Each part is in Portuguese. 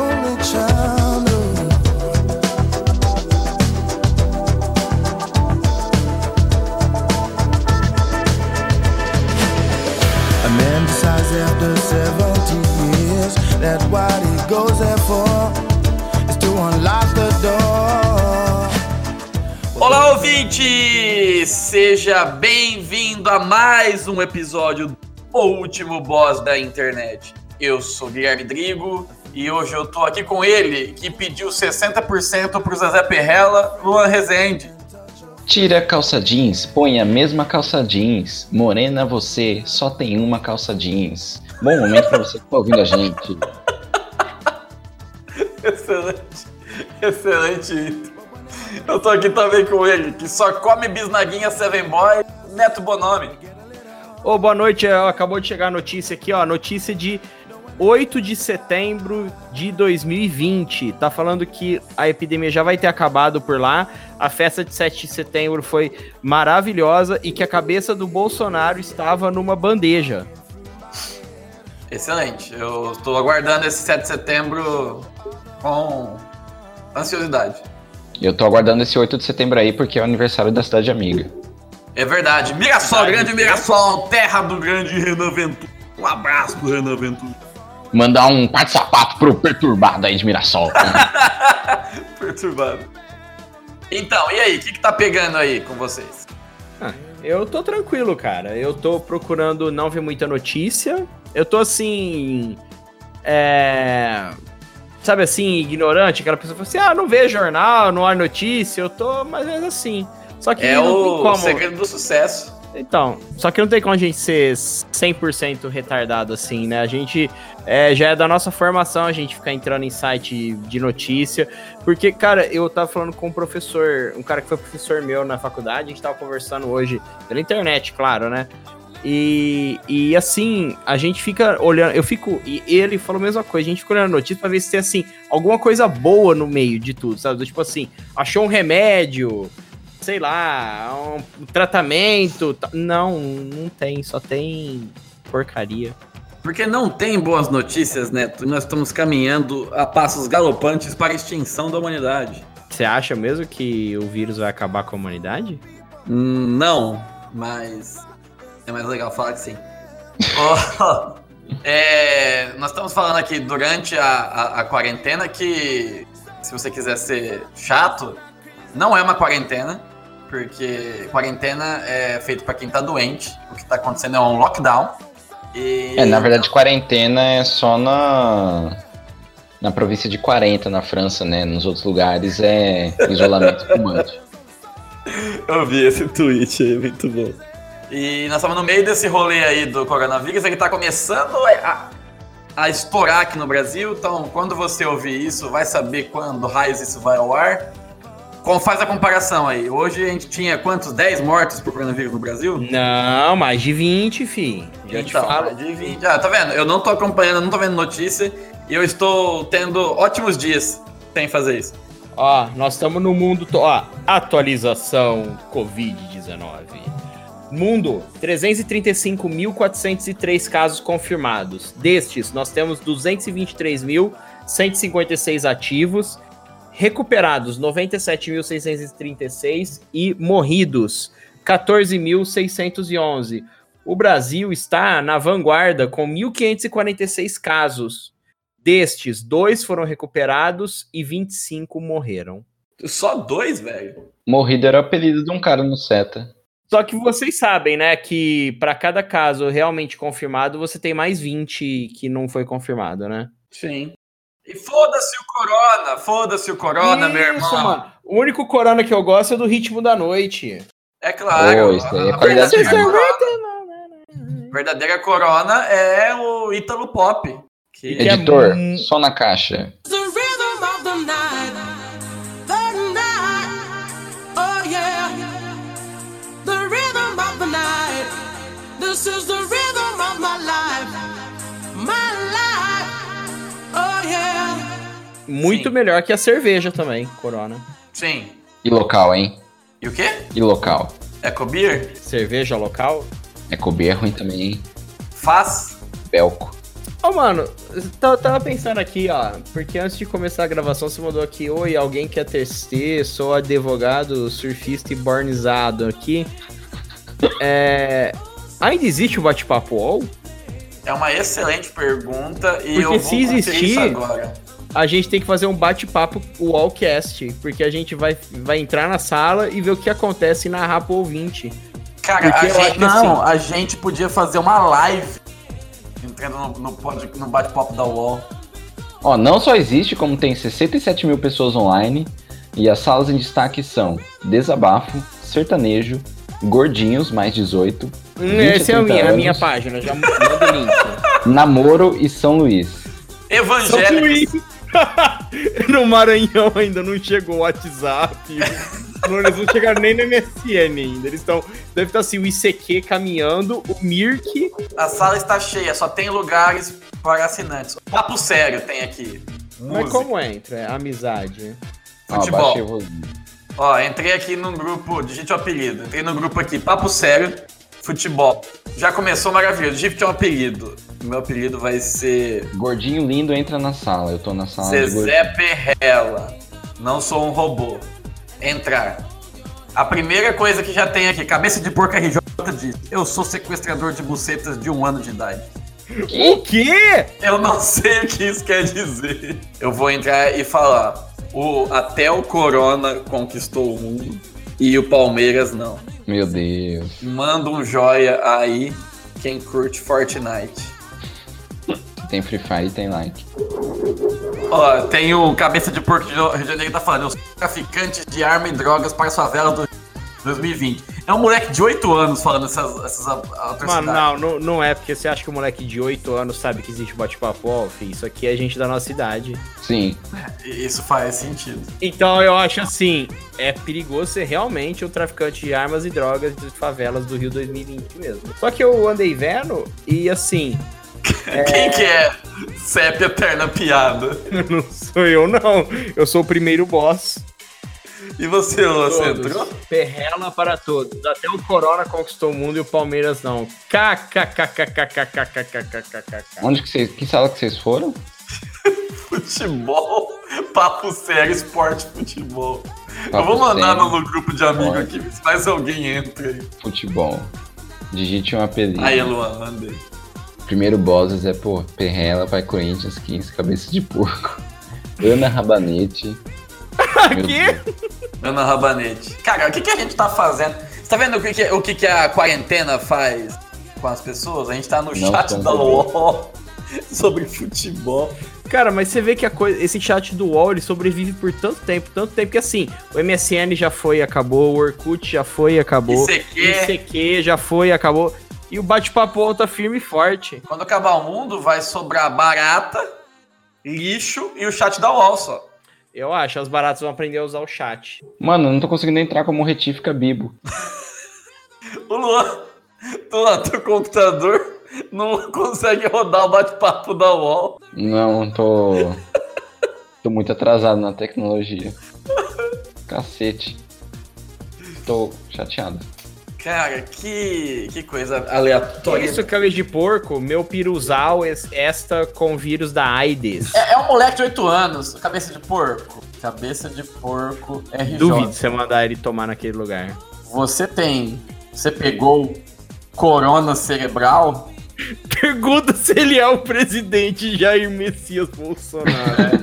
Only child A man decides after 70 years that what he goes there for is to unlock the door. Olá, ouvinte! Seja bem-vindo a mais um episódio do O Último Boss da Internet. Eu sou Guilherme Drigo e hoje eu tô aqui com ele, que pediu 60% pro Zezé Perrela, Luan Rezende. Tira a calça jeans, põe a mesma calça jeans. Morena você, só tem uma calça jeans. Bom momento pra você que tá ouvindo a gente. Excelente, excelente. item. Eu tô aqui também com ele, que só come bisnaguinha Seven Boy, Neto Bonomi. Ô, boa noite. ó, Acabou de chegar a notícia aqui, ó. Notícia de 8 de setembro de 2020. Tá falando que a epidemia já vai ter acabado por lá. A festa de 7 de setembro foi maravilhosa e que a cabeça do Bolsonaro estava numa bandeja. Excelente. Eu tô aguardando esse 7 de setembro com ansiosidade. Eu tô aguardando esse 8 de setembro aí porque é o aniversário da cidade amiga. É verdade. Mirassol, grande Mirassol, terra do grande Renan Ventura. Um abraço pro Renan Ventura. Mandar um par de sapato pro perturbado aí de Mirassol. Perturbado. Então, e aí, o que, que tá pegando aí com vocês? Ah, Eu tô tranquilo, cara. Eu tô procurando não ver muita notícia. Eu tô assim. É. Sabe assim, ignorante, aquela pessoa que fala assim: ah, não vê jornal, não há notícia. Eu tô mais ou menos assim. Só que É não tem o como. segredo do sucesso. Então, só que não tem como a gente ser 100% retardado assim, né? A gente é, já é da nossa formação a gente ficar entrando em site de notícia. Porque, cara, eu tava falando com um professor, um cara que foi professor meu na faculdade, a gente tava conversando hoje pela internet, claro, né? E, e assim, a gente fica olhando, eu fico, e ele falou a mesma coisa, a gente fica olhando a notícia pra ver se tem assim, alguma coisa boa no meio de tudo, sabe? Do Tipo assim, achou um remédio, sei lá, um tratamento. ta- Não, não tem, só tem porcaria. Porque não tem boas notícias, Neto. Nós estamos caminhando a passos galopantes para a extinção da humanidade. Você acha mesmo que o vírus vai acabar com a humanidade? Hum, Não, mas é mais legal falar que sim. Ó, é, nós estamos falando aqui durante a, a, a quarentena que, se você quiser ser chato, não é uma quarentena, porque quarentena é feito para quem tá doente. O que tá acontecendo é um lockdown. E É, na verdade, quarentena é só na. Na província de 40, na França, né? Nos outros lugares é isolamento fumante. Eu vi esse tweet aí, muito bom. E nós estamos no meio desse rolê aí do coronavírus, ele tá começando a, a estourar aqui no Brasil, então quando você ouvir isso, vai saber quando raios isso vai ao ar. Com, faz a comparação aí. Hoje a gente tinha quantos? 10 mortos por coronavírus no Hum, Brasil? Não, mais de 20, fi. Já te falo. Então, de 20. Ah, tá vendo? Eu não tô acompanhando, eu não tô vendo notícia e eu estou tendo ótimos dias sem fazer isso. Ó, nós estamos no mundo. to- Ó, atualização Covid-19. Mundo, 335.403 casos confirmados. Destes, nós temos 223.156 ativos, recuperados 97.636 e morridos 14.611. O Brasil está na vanguarda com 1.546 casos. Destes, dois foram recuperados e 25 morreram. Só dois, velho. Morrido era o apelido de um cara no seta. Só que vocês sabem, né, que para cada caso realmente confirmado, você tem mais 20 que não foi confirmado, né? Sim. E foda-se o corona, foda-se o corona, meu irmão. O único corona que eu gosto é do ritmo da noite. É claro. Pô, isso aí é a qualidade verdadeira de vida. é corona- verdadeira corona é o Ítalo Pop. Que é Editor, mu- só na caixa. The rhythm of the night, the night, oh yeah. The rhythm of the night, this is the rhythm of my life, my life. Muito Sim. melhor que a cerveja também, Corona. é? Sim. E local, hein? E o quê? É E local. Eco Beer? Cerveja local. É Kobe é ruim também, hein? Faz? Belco. Ô, mano, eu tava pensando aqui, ó, porque antes de começar a gravação você mandou aqui, oi, alguém quer terceiro, sou advogado, surfista e bornizado aqui. É... Ainda existe o bate-papo UOL? É uma excelente pergunta e Porque eu vou se conferir existir- isso agora. a gente tem que fazer um bate-papo wallcast, porque a gente vai, vai entrar na sala e ver o que acontece e narrar pro ouvinte. Cara, Porque a eu acho gente, que não, a gente podia fazer uma live entrando no, no, pod- no bate-papo da UOL. Ó, não só existe, como tem 67 mil pessoas online. E as salas em destaque são Desabafo, Sertanejo, Gordinhos, mais 18, Hum, essa é 20 a a minha, a 30 minha anos. página, já manda o link. Namoro e São Luís. Evangélico. no Maranhão ainda não chegou o WhatsApp. não, eles não chegaram nem no MSN ainda. Eles estão. Deve estar assim, o ICQ caminhando, o Mirk. A sala está cheia, só tem lugares para assinantes. Papo sério tem aqui. Mas Música. como entra? É amizade. Ó, Futebol. baixei o volume. Ó, entrei aqui num grupo, digite o apelido. Entrei no grupo aqui, papo sério, futebol. Já começou maravilhoso, digite um apelido. Meu apelido vai ser Gordinho lindo entra na sala. Eu tô na sala de gordinho. Zezé Perrela. Não sou um robô. Entrar. A primeira coisa que já tem aqui, cabeça de porca RJ diz, eu sou sequestrador de bucetas de um ano de idade. O quê? Eu não sei o que isso quer dizer. Eu vou entrar e falar. O, até o Corona conquistou o mundo e o Palmeiras não. Meu Deus. Manda um joia aí quem curte Fortnite. Tem Free Fire e tem like. Ó, tem o Cabeça de Porco de Rio de Janeiro que tá falando. Os traficantes de arma e drogas para as favelas do 2020. É um moleque de 8 anos falando essas, essas a- atrocidades. Mano, não, não, não é, porque você acha que o moleque de 8 anos sabe que existe bate-papo, ó, fi, isso aqui é gente da nossa idade. Sim. I- Isso faz sentido. Então eu acho assim, é perigoso ser realmente um traficante de armas e drogas de favelas do Rio 2020 mesmo. Só que eu andei vendo e assim, Quem que é CEP Eterna Piada? não sou eu não, eu sou o primeiro boss. E você, Lula, você Todos. entrou? Perrela para todos, até o Corona conquistou o mundo e o Palmeiras não. KKKKKKKKKKKKKK. Onde que vocês. Que sala que vocês foram? Futebol, papo sério, esporte, futebol. Eu Papo vou mandar sério. no, no grupo de amigo Pode. aqui, se mais alguém entra aí. Futebol. Digite um apelido. Aí, Luan, mandei. Primeiro bosses é pô, Perrela, vai Corinthians 15, cabeça de porco. Ana Rabanete. Meu quê? Deus. Ana Rabanete. Cara, o que, que a gente tá fazendo? Você tá vendo o que, que- o que, que a quarentena faz com as pessoas? A gente tá no Não chat são da robôs. UOL sobre futebol. Cara, mas você vê que a coisa, esse chat do UOL ele sobrevive por tanto tempo, tanto tempo que assim, o MSN já foi e acabou, o Orkut já foi e acabou, ICQ. ICQ já foi e acabou, e o bate-papo UOL tá firme e forte. é- Quando acabar o mundo, vai sobrar barata, lixo e o chat da UOL só. Eu acho, as baratas vão aprender a usar o chat. Mano, eu não tô conseguindo entrar como retífica Bibo. O Luan, tu lá, teu computador não consegue rodar o bate-papo da UOL. Não, tô. tô muito atrasado na tecnologia. Cacete. Tô chateado. Cara, que, que coisa Por aleatória. isso, cabeça de porco, meu piruzal es- esta com vírus da AIDS. É, é um moleque de 8 anos, cabeça de porco. Cabeça de porco RJ. Duvido você mandar ele tomar naquele lugar. Você tem. Você pegou corona cerebral? Pergunta se ele é o presidente Jair Messias Bolsonaro.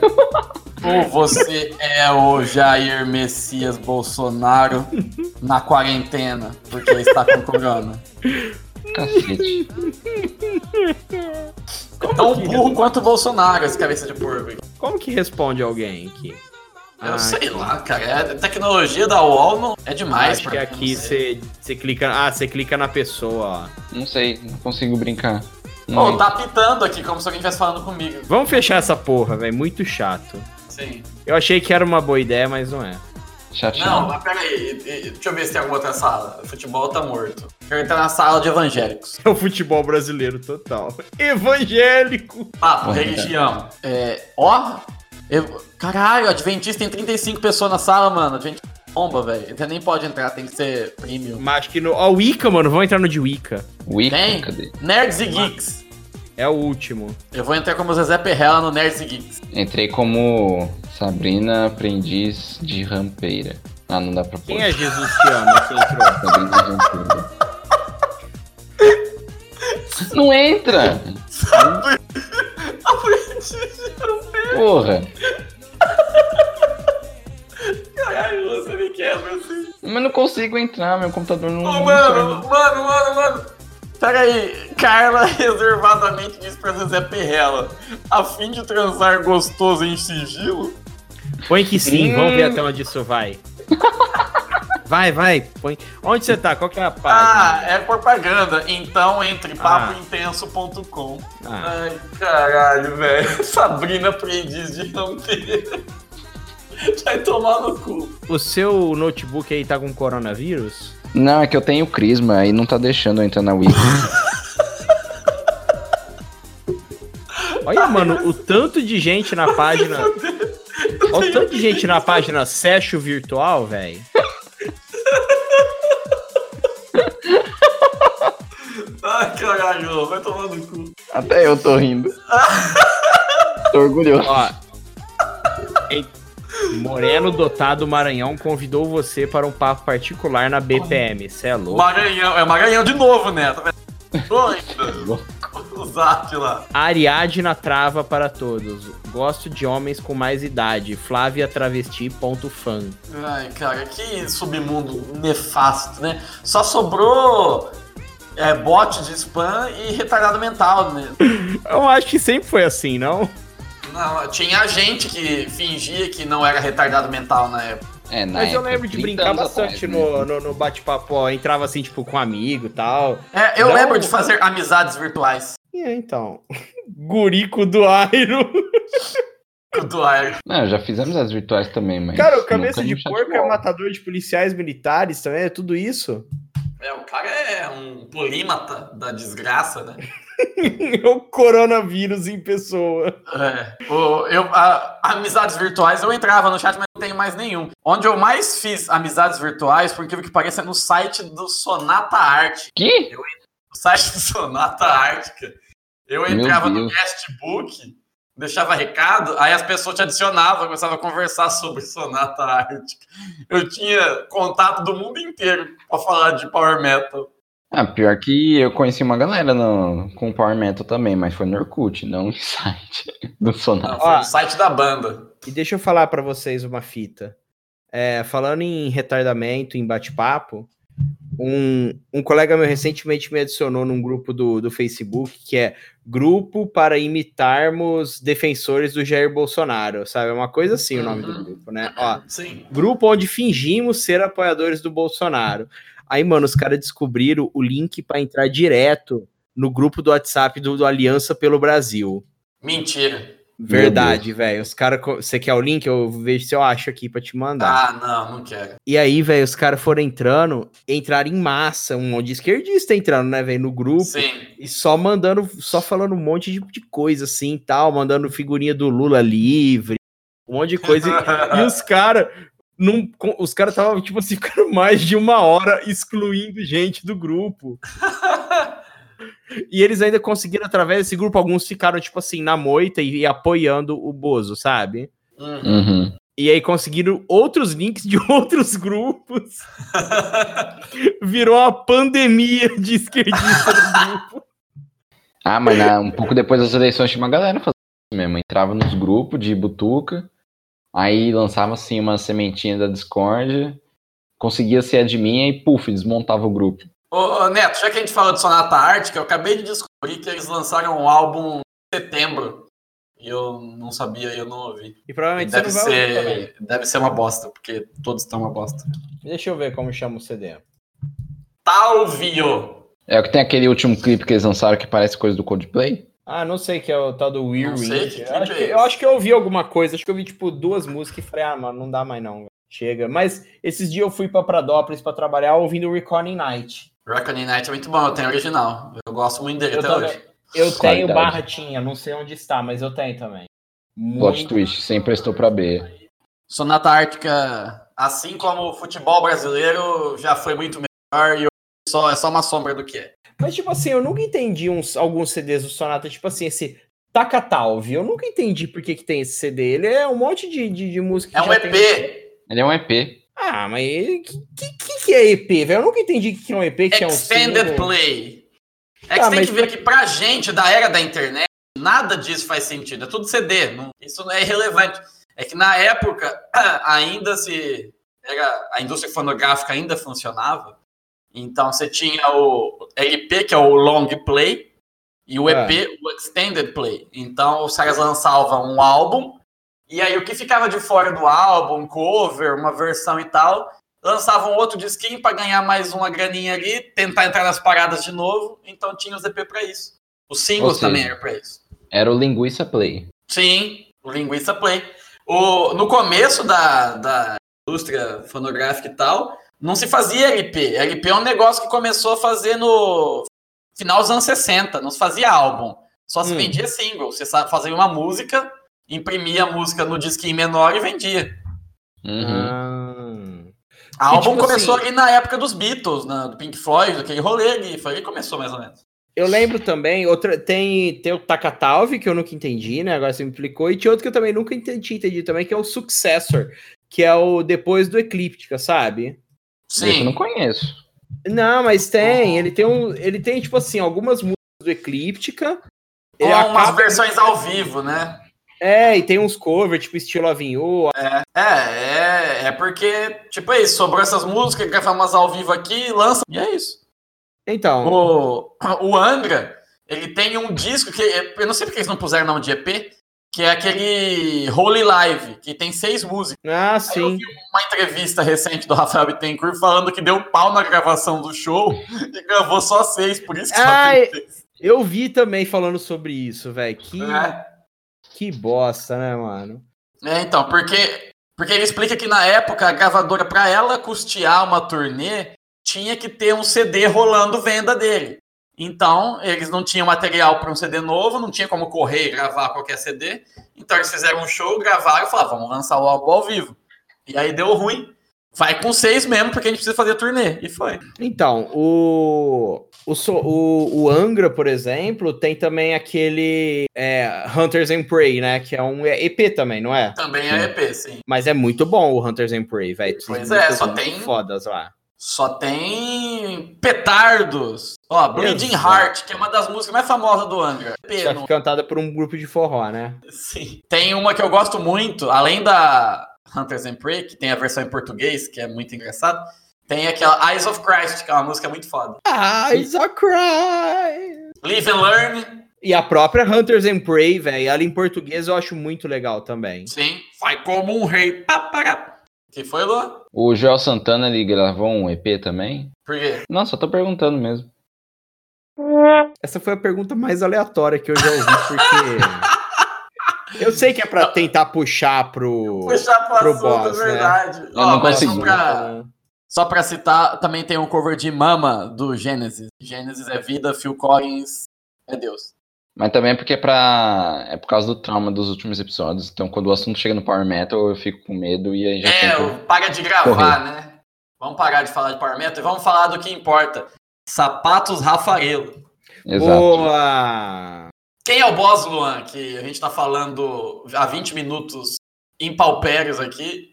Ou você é o Jair Messias Bolsonaro na quarentena, porque está com corona? Cacete. Tão burro quanto o Bolsonaro, esse cabeça de porco. Como que responde alguém aqui? Eu Ah, sei lá, cara. é- A tecnologia da UOL não- é demais. Acho pra que mim, aqui não sei. você você clica. Ah, você clica na pessoa, ó. Não sei, não consigo brincar. Não Pô, tá pitando aqui, como se alguém estivesse falando comigo. Vamos fechar essa porra, velho. Muito chato. Sim. Eu achei que era uma boa ideia, mas não é. Não, Chateado. mas peraí. e- e- Deixa eu ver se tem alguma outra sala. O futebol tá morto. Quero entrar na sala de evangélicos. É o futebol brasileiro total. Evangélico! Papo, Porra, religião. É, ó, Eu- Caralho, Adventista tem 35 pessoas na sala, mano. Adventista é bomba, velho. Você nem pode entrar, tem que ser premium. Mas acho que no. Ó, o Wicca, mano, vamos entrar no de Wicca. Wicca, Tem? cadê? Nerds e Geeks. É o último. Eu vou entrar como Zezé Perrela no Nerds e Geeks. Entrei como Sabrina Aprendiz de Rampeira. Ah, não dá pra pôr. Quem é Jesus que ama? Quem entrou? Sabrina de Rampeira. Não entra! Porra! Caralho, você me quebra assim. Mas não consigo entrar, meu computador não. Ô, mano, mano, mano, mano. Pera aí, Carla reservadamente disse pra Zezé Perrela, a fim de transar gostoso em sigilo? Põe que sim, vamos ver até onde isso vai. Vai, vai, põe. Onde você tá? Qual que é a página? Ah, é propaganda. Então entre papointenso.com. Ah, Ai, caralho, velho. Sabrina aprendiz de rampeiro. Vai tomar no cu. o seu notebook aí tá com coronavírus? Não, é que eu tenho Crisma, aí não tá deixando eu entrar na Wiki. Olha, mano, o tanto de gente na página. Olha o tanto de gente na página Session Virtual, velho. Ai, caralho, vai tomar no cu. Até eu tô rindo. tô orgulhoso. Ó. Ei, Moreno Dotado Maranhão convidou você para um papo particular na BPM. Você é louco. Maranhão, é Maranhão de novo, né? Tá vendo? Tô ainda. O Zap lá. Ariadna trava para todos. Gosto de homens com mais idade. Flávia Travesti. ponto fã. Ai, cara, que submundo nefasto, né? Só sobrou é, bot de spam e retardado mental, né? Eu acho que sempre foi assim, não? Não, tinha gente que fingia que não era retardado mental na época. É, na Mas eu época, lembro 30 de brincar anos bastante atrás, né? no, no, no bate-papo. ó, Entrava assim, tipo, com amigo e tal. É, eu Não. lembro de fazer amizades virtuais E é, então. Gurico do Airo. com o Duarte. Não, já fizemos as virtuais também, mas. Cara, o nunca cabeça no de chat porco é wall. matador de policiais militares também, é tudo isso? É, o cara é um polímata da desgraça, né? É o coronavírus em pessoa. É. O- eu, a- amizades virtuais, eu entrava no chat, mas não tenho mais nenhum. Onde eu mais fiz amizades virtuais, por incrível que pareça, é no site do Sonata Arte. Que? O site do Sonata Ártica. Eu Meu entrava no Deus. guestbook, deixava recado, aí as pessoas te adicionavam, começavam a conversar sobre Sonata Ártica. Eu tinha contato do mundo inteiro pra falar de Power Metal. Ah, pior que eu conheci uma galera no, com Power Metal também, mas foi no Orkut, não no site do Sonar. Não, foi Ó. o site da banda. E deixa eu falar pra vocês uma fita. É, falando em retardamento, em bate-papo, um, um colega meu recentemente me adicionou num grupo do, do Facebook que é Grupo para imitarmos defensores do Jair Bolsonaro, sabe? É uma coisa assim o nome do grupo, né? Ó, Sim. Grupo onde fingimos ser apoiadores do Bolsonaro. Aí, mano, os caras descobriram o link pra entrar direto no grupo do WhatsApp do, do Aliança pelo Brasil. Mentira. Meu Verdade, velho. Os caras. co- Você quer o link? Eu vejo se eu acho aqui pra te mandar. Ah, não, não quero. E aí, velho, os caras foram entrando, entraram em massa, um monte de esquerdista entrando, né, velho, no grupo. Sim. E só mandando, só falando um monte de, de coisa assim e tal, mandando figurinha do Lula livre, um monte de coisa. E- e os caras. Os caras estavam, tipo assim, ficando mais de uma hora excluindo gente do grupo. E eles ainda conseguiram, através desse grupo, alguns ficaram, tipo assim, na moita e, e apoiando o Bozo, sabe? Deus. Hum. Uhum. E aí conseguiram outros links de outros grupos. Virou uma pandemia de esquerdista no grupo. Ah, mas na- um pouco depois das eleições tinha uma galera fazendo isso mesmo. Entrava nos grupos de butuca, aí lançava assim uma sementinha da Discord, conseguia ser admin e puf, desmontava o grupo. Ô, ô, Neto, já que a gente falou de Sonata Ártica, eu acabei de descobrir que eles lançaram um álbum em setembro. E eu não sabia, eu não ouvi. E provavelmente Deve você não vai ouvir também. ser, deve ser uma bosta, porque todos estão uma bosta. Deixa eu ver como chama o CD. Talvio! É o que tem aquele último clipe que eles lançaram que parece coisa do Coldplay? Ah, não sei que é o tal do Weird. Não sei que clipe Eu, acho é que- esse. eu acho que eu ouvi alguma coisa. Acho que eu vi, tipo, duas músicas e falei, ah, mano, não dá mais não. velho. Chega. Mas esses dias eu fui pra Pradópolis pra trabalhar ouvindo o Recording Night. Reckoning Night é muito bom, eu tenho original. Eu gosto muito dele Eu até também. hoje. Eu tenho Qualidade. barra tinha, não sei onde está, mas eu tenho também. Plot twist, sempre estou pra B. Sonata Ártica, assim como o futebol brasileiro, já foi muito melhor e hoje só, é só uma sombra do que é. Mas, tipo assim, eu nunca entendi uns, alguns CDs do Sonata, tipo assim, esse Takatalve. Eu nunca entendi por que, que tem esse CD. Ele é um monte de, de, de música. que É um já tem- EP. Ele é um EP. Ah, mas o que, que, que é EP, velho? Eu nunca entendi o que que é um EP, que é um Extended single. Play. É que Tá, você tem mas- que ver que pra gente, da era da internet, nada disso faz sentido. É tudo CD. não- isso não é irrelevante. É que na época, ainda se. Era, a indústria fonográfica ainda funcionava. Então você tinha o LP, que é o long play, e o Ah. EP, o extended play. Então os caras lançavam um álbum, e aí o que ficava de fora do álbum, um cover, uma versão e tal, lançavam um outro disquinho para ganhar mais uma graninha ali, tentar entrar nas paradas de novo. Então tinha os EP para isso. Os singles Ou seja, também eram para isso. Era o Linguiça Play. Sim, o Linguiça Play. O, no começo da, da indústria fonográfica e tal, não se fazia LP. LP é um negócio que começou a fazer no final dos anos 60, não se fazia álbum. Só se Hum. vendia single. Você sa- fazia uma música, imprimia a música no disquinho menor e vendia. Uhum. Ah. álbum tipo começou assim- ali na época dos Beatles, na- do Pink Floyd, daquele rolê ali. Foi ali que começou, mais ou menos. Eu lembro também, outra, tem, tem o Takatalve, que eu nunca entendi, né? Agora você me explicou, e tinha outro que eu também nunca entendi, entendi também, que é o Successor, que é o depois do Eclíptica, sabe? Esse eu não Sim. conheço. Não, mas Uhum. tem, ele tem um. Ele tem, tipo assim, algumas músicas do Eclíptica. Com ele umas acaba- versões ao vivo, né? É, e tem uns covers, tipo estilo Avinho. É, é, é porque, tipo, é isso, sobrou essas músicas, gravar umas ao vivo aqui, lança, e é isso. Então, O, o Angra, ele tem um disco que, eu não sei porque eles não puseram o nome de EP, que é aquele Holy Live, que tem seis músicas. ah, Aí eu sim. vi uma entrevista recente do Rafael Bittencourt falando que deu pau na gravação do show e gravou só seis, por isso que só Ai, tem seis. Eu vi também falando sobre isso, velho. Que, É. que bosta, né, mano? É, então, porque, porque ele explica que na época a gravadora, para ela custear uma turnê, tinha que ter um CD rolando venda dele. Então, eles não tinham material para um CD novo, não tinha como correr e gravar qualquer CD. Então, eles fizeram um show, gravaram e falaram: vamos lançar o álbum ao vivo. E aí deu ruim. Vai com seis mesmo, porque a gente precisa fazer turnê. E foi. Então, o, o, so- o, o Angra, por exemplo, tem também aquele é, Hunters and Prey, né? Que é um EP também, não é? Também é EP, sim. Mas é muito bom o Hunters and Prey, velho. Pois é, só tem- Fodas lá. Só tem petardos. Ó, Bleeding Exato. Heart, que é uma das músicas mais famosas do Angra. EP, Só não que cantada por um grupo de forró, né? Sim. Tem uma que eu gosto muito, além da Hunters and Prey, que tem a versão em português, que é muito engraçado, tem aquela Eyes of Christ, que é uma música muito foda. Eyes are cry! Live and Learn, E a própria Hunters and Prey, velho, ela em português eu acho muito legal também. sim, vai como um rei. pá, pá, pá. Que foi, Lu? O Joel Santana, ele gravou um EP também? Por quê? Não, só tô perguntando mesmo. Essa foi a pergunta mais aleatória que eu já ouvi, porque. Eu sei que é pra tentar puxar pro. Puxar pro, Pro assunto, boss, né? verdade. Eu não mas consegui. Só pra, só pra citar, também tem um cover de Mama, do Gênesis. Gênesis é vida, Phil Collins é Deus. Mas também é porque é pra. É por causa do trauma dos últimos episódios. Então, quando o assunto chega no Power Metal, eu fico com medo e aí já É, tento- o- para de gravar, Correio. né? Vamos parar de falar de Power Metal e vamos falar do que importa. Sapatos Rafarelo. Exato. Boa! Quem é o boss, Luan? Que a gente tá falando há 20 minutos em paupérios aqui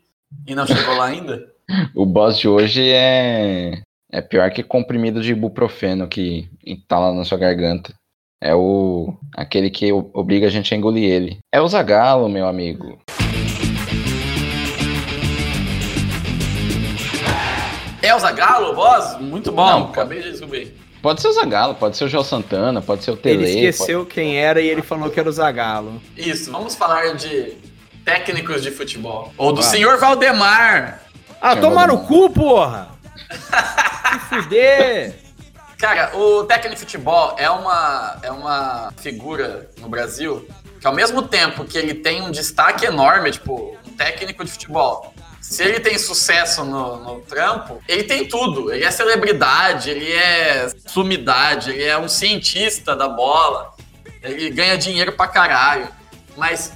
e não chegou lá ainda? O boss de hoje é. É pior que comprimido de ibuprofeno que tá lá na sua garganta. É o. aquele que o- obriga a gente a engolir ele. É o Zagalo, meu amigo. Elza Galo, boss? Muito bom, Não, acabei de descobrir. Pode ser o Zagalo, pode ser o Joel Santana, pode ser o Tele. Ele esqueceu quem era e ele falou que era o Zagalo. Isso, vamos falar de técnicos de futebol. Ou do Vai. senhor Valdemar. Ah, Quem é tomar no Valdemar? cu, porra! Se fuder! Cara, o técnico de futebol é uma, é uma figura no Brasil que, ao mesmo tempo que ele tem um destaque enorme, tipo, um técnico de futebol, se ele tem sucesso no, no trampo, ele tem tudo. Ele é celebridade, ele é sumidade, ele é um cientista da bola, ele ganha dinheiro pra caralho. Mas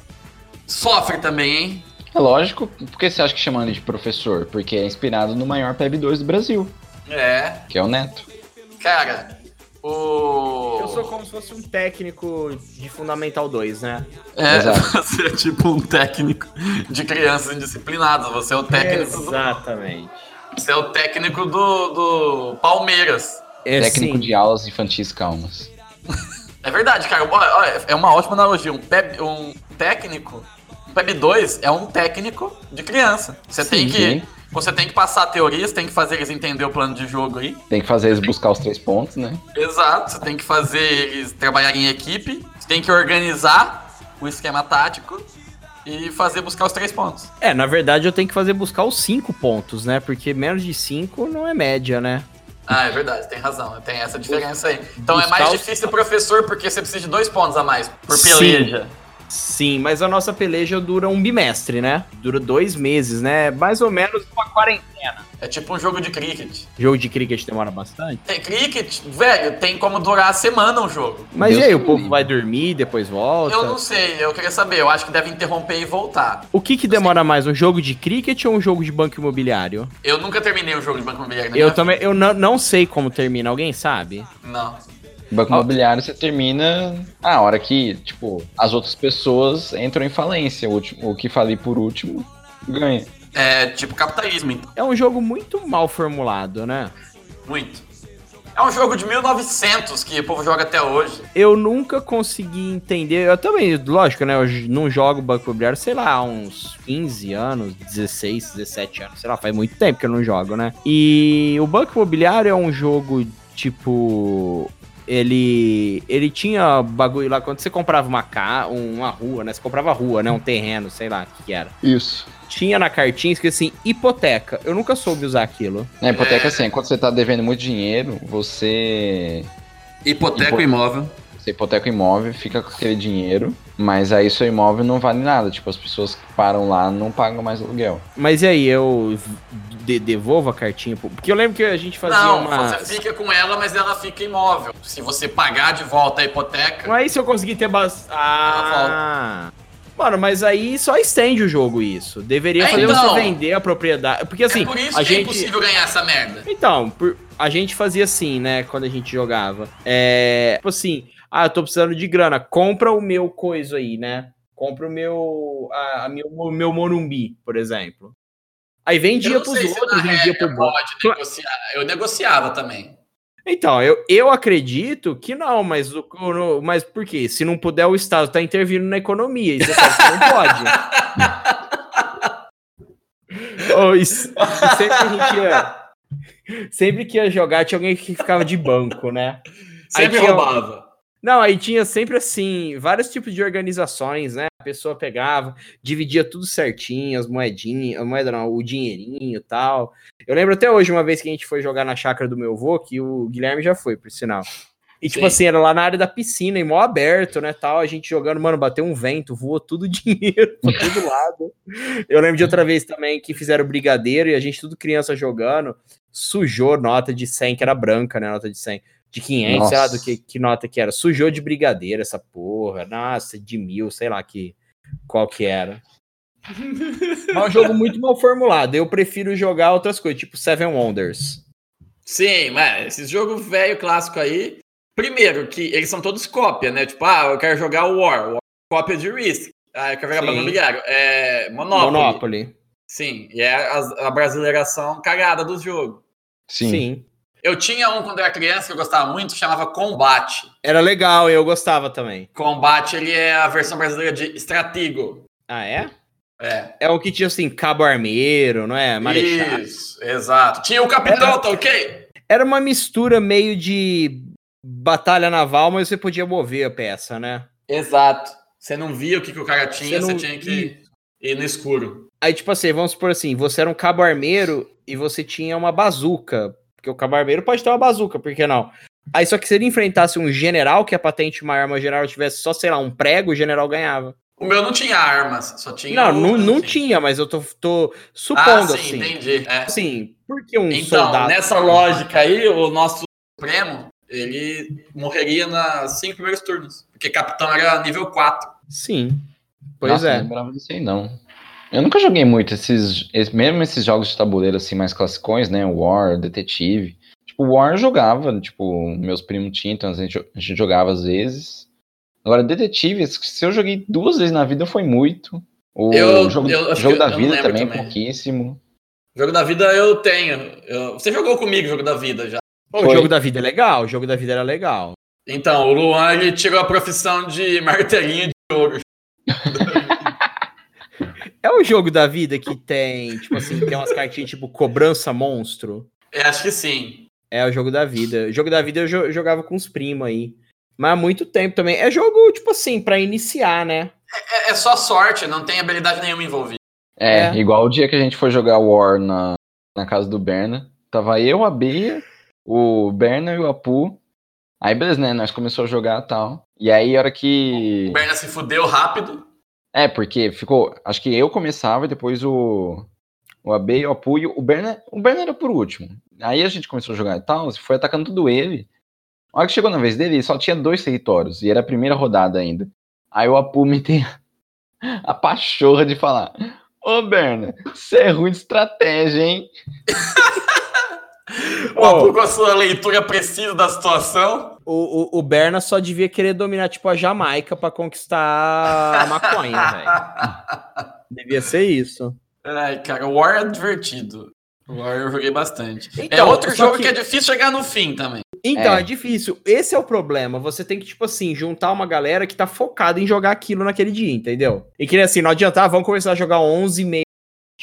sofre também, hein? É lógico, por que você acha que chamam ele de professor? Porque é inspirado no maior PEB2 do Brasil, É. que é o Neto. Cara, o. Eu sou como se fosse um técnico de Fundamental 2, né? É, Exato. você é tipo um técnico de crianças indisciplinadas. Você é o técnico, Exatamente. você é o técnico do, do Palmeiras. É, Técnico sim. de aulas infantis calmas. É verdade, cara. Olha, olha, é uma ótima analogia. Um, peb, um técnico. Um PEB 2 é um técnico de criança. Você tem Sim. que. Você tem que passar teorias, tem que fazer eles entender o plano de jogo aí. Tem que fazer eles buscar os três pontos, né? Exato, você tem que fazer eles trabalharem em equipe, você tem que organizar o esquema tático e fazer buscar os três pontos. É, na verdade eu tenho que fazer buscar os cinco pontos, né? Porque menos de cinco não é média, né? Ah, é verdade, tem razão, tem essa diferença aí. Então é buscar mais os- difícil professor porque você precisa de dois pontos a mais por Sim. peleja. Sim, mas a nossa peleja dura um bimestre, né? Dura dois meses, né? Mais ou menos uma quarentena. É tipo um jogo de cricket. Jogo de cricket demora bastante. Tem cricket, velho, tem como durar a semana um jogo. Mas Deus e aí, que o me povo livre. vai dormir, depois volta? Eu não sei, eu queria saber, eu acho que deve interromper e voltar. O que que demora mais, um jogo de cricket ou um jogo de banco imobiliário? Eu nunca terminei o jogo de Banco né? Imobiliário. na Eu minha também, eu não, não sei como termina, alguém sabe? vida. Não. Banco imobiliário você termina ah, a hora que, tipo, as outras pessoas entram em falência. O, último, o que falei por último ganha. É tipo capitalismo, então. É um jogo muito mal formulado, né? Muito. É um jogo de 1900 que o povo joga até hoje. Eu nunca consegui entender. Eu também, lógico, né? Eu j- não jogo Banco Imobiliário, sei lá, há uns 15 anos, 16, 17 anos, sei lá, faz muito tempo que eu não jogo, né? E o Banco Imobiliário é um jogo tipo. Ele, ele tinha bagulho lá quando você comprava uma ca, uma rua, né? Você comprava a rua, né? Um terreno, sei lá o que, que era. Isso. Tinha na cartinha escrito assim, hipoteca. Eu nunca soube usar aquilo. Na hipoteca, assim, quando você tá devendo muito dinheiro, você, Hipoteca Hipo- imóvel. você hipoteca o imóvel, fica com aquele dinheiro, mas aí seu imóvel não vale nada. Tipo, as pessoas que param lá não pagam mais aluguel. Mas e aí, eu de- devolvo a cartinha? pro- Porque eu lembro que a gente fazia Não, uma. você fica com ela, mas ela fica imóvel. Se você pagar de volta a hipoteca, Mas aí se é eu conseguir ter bas... Ah! Mano, mas aí só estende o jogo isso. Deveria É, fazer então. você vender a propriedade. Porque assim, é por isso a que é gente. impossível ganhar essa merda. Então, por- a gente fazia assim, né, quando a gente jogava. É. Tipo assim, ah, eu tô precisando de grana. Compra o meu coisa aí, né? Compra o meu. A, a meu, o meu morumbi, por exemplo. Aí vendia Eu não pros sei se na outros, vendia regra pro bom. pode negociar. Eu negociava também. Então, eu, eu acredito que não, mas, o- o- no- mas por quê? Se não puder, o Estado tá intervindo na economia, e você sabe que não pode. Ô, e s- e sempre, que a gente ia, sempre que ia jogar, tinha alguém que ficava de banco, né? Sempre tinha- roubava. Não, aí tinha sempre assim, vários tipos de organizações, né? A pessoa pegava, dividia tudo certinho, as moedinhas, a moeda não, o dinheirinho e tal. Eu lembro até hoje, uma vez que a gente foi jogar na chácara do meu avô, que o Guilherme já foi, por sinal. E tipo Sim. assim, era lá na área da piscina, em mó aberto, né, tal, a gente jogando, mano, bateu um vento, voou tudo o dinheiro pra todo lado. Eu lembro de outra vez também que fizeram brigadeiro e a gente tudo criança jogando, sujou nota de 100, que era branca, né, nota de 100 de 500, sei lá Nossa. do que, que nota que era. Sujou de brigadeiro essa porra. Nossa, de mil, sei lá que qual que era. Mas é um jogo muito mal formulado. Eu prefiro jogar outras coisas, tipo Seven Wonders. Sim, mas esse jogo velho clássico aí. Primeiro, que eles são todos cópia, né? Tipo, ah, eu quero jogar War, War cópia de Risk. Ah, eu quero jogar Sim. Banco Imobiliário. É Monopoly. Monopoly. Sim, e é a, a brasileiração cagada do jogo. Sim. Eu tinha um quando eu era criança que eu gostava muito, que chamava Combate. Era legal, eu gostava também. Combate, ele é a versão brasileira de Estratigo. Ah, é? É. É o que tinha assim, cabo armeiro, não é? Marechal. Isso, exato. Tinha o Capitão, tá ok? Era uma mistura meio de batalha naval, mas você podia mover a peça, né? Exato. Você não via o que, que o cara tinha, Você você, não- tinha que ir no escuro. Aí, tipo assim, vamos supor assim, você era um cabo armeiro e você tinha uma bazuca. Porque o cabo armeiro pode ter uma bazuca, por que não? Aí só que se ele enfrentasse um general, que a patente maior, mas o general tivesse só, sei lá, um prego, o general ganhava. O meu não tinha armas, só tinha. Não, não, lutas, não assim. tinha, mas eu tô, tô Ah, supondo sim, assim. entendi. É. Assim, por que um Então, soldado. nessa lógica aí, o nosso Supremo, ele morreria nas cinco primeiros turnos. Porque Capitão era nível 4. Sim. Pois Nossa, é. Não lembrava disso aí, não. Eu nunca joguei muito esses, es- mesmo esses jogos de tabuleiro assim mais classicões, né? War, Detetive. Tipo, War eu jogava, tipo, meus primos tinham, então a gente, jo- a gente jogava às vezes. Agora, Detetive, esse- se eu joguei duas vezes na vida, foi muito. O Eu- jogo, eu acho jogo que eu- da eu não vida lembro também, é também. pouquíssimo. Jogo da vida eu tenho. Eu- Você jogou comigo o jogo da vida já. Pô, o Foi. jogo da vida é legal, o jogo da vida era legal. Então, o Luan ele tirou a profissão de martelinho de ouro. É o jogo da vida que tem, tipo assim, tem umas cartinhas tipo cobrança monstro. Eu acho que sim. É o jogo da vida. O jogo da vida eu jo- jogava com os primos aí. Mas há muito tempo também. É jogo, tipo assim, pra iniciar, né? É, é só sorte, não tem habilidade nenhuma envolvida. É, É. igual o dia que a gente foi jogar War na, na casa do Berna. Tava eu, a Bia, o Berna e o Apu. Aí, beleza, né? Nós começamos a jogar e tal. E aí, a hora que. O Berna se fudeu rápido. É, porque ficou. Acho que eu começava e depois o. O AB e o Apu e o Berna. O Berna era por último. Aí a gente começou a jogar e tal, foi atacando tudo ele. A hora que chegou na vez dele, ele só tinha dois territórios. E era a primeira rodada ainda. Aí o Apu me tem a pachorra de falar. Ô, Berna, você é ruim de estratégia, hein? O Apu com a sua leitura precisa da situação. O, o, o Berna só devia querer dominar, tipo, a Jamaica pra conquistar a maconha, velho. Devia ser isso. Ai, cara, o War é divertido. O War eu joguei bastante. é Então, outro só jogo que- que... é difícil chegar no fim também. Então, É. é. difícil. Esse é o problema. Você tem que, tipo assim, juntar uma galera que tá focada em jogar aquilo naquele dia, entendeu? E que, assim, não adianta, ah, vamos começar a jogar 11 e meia.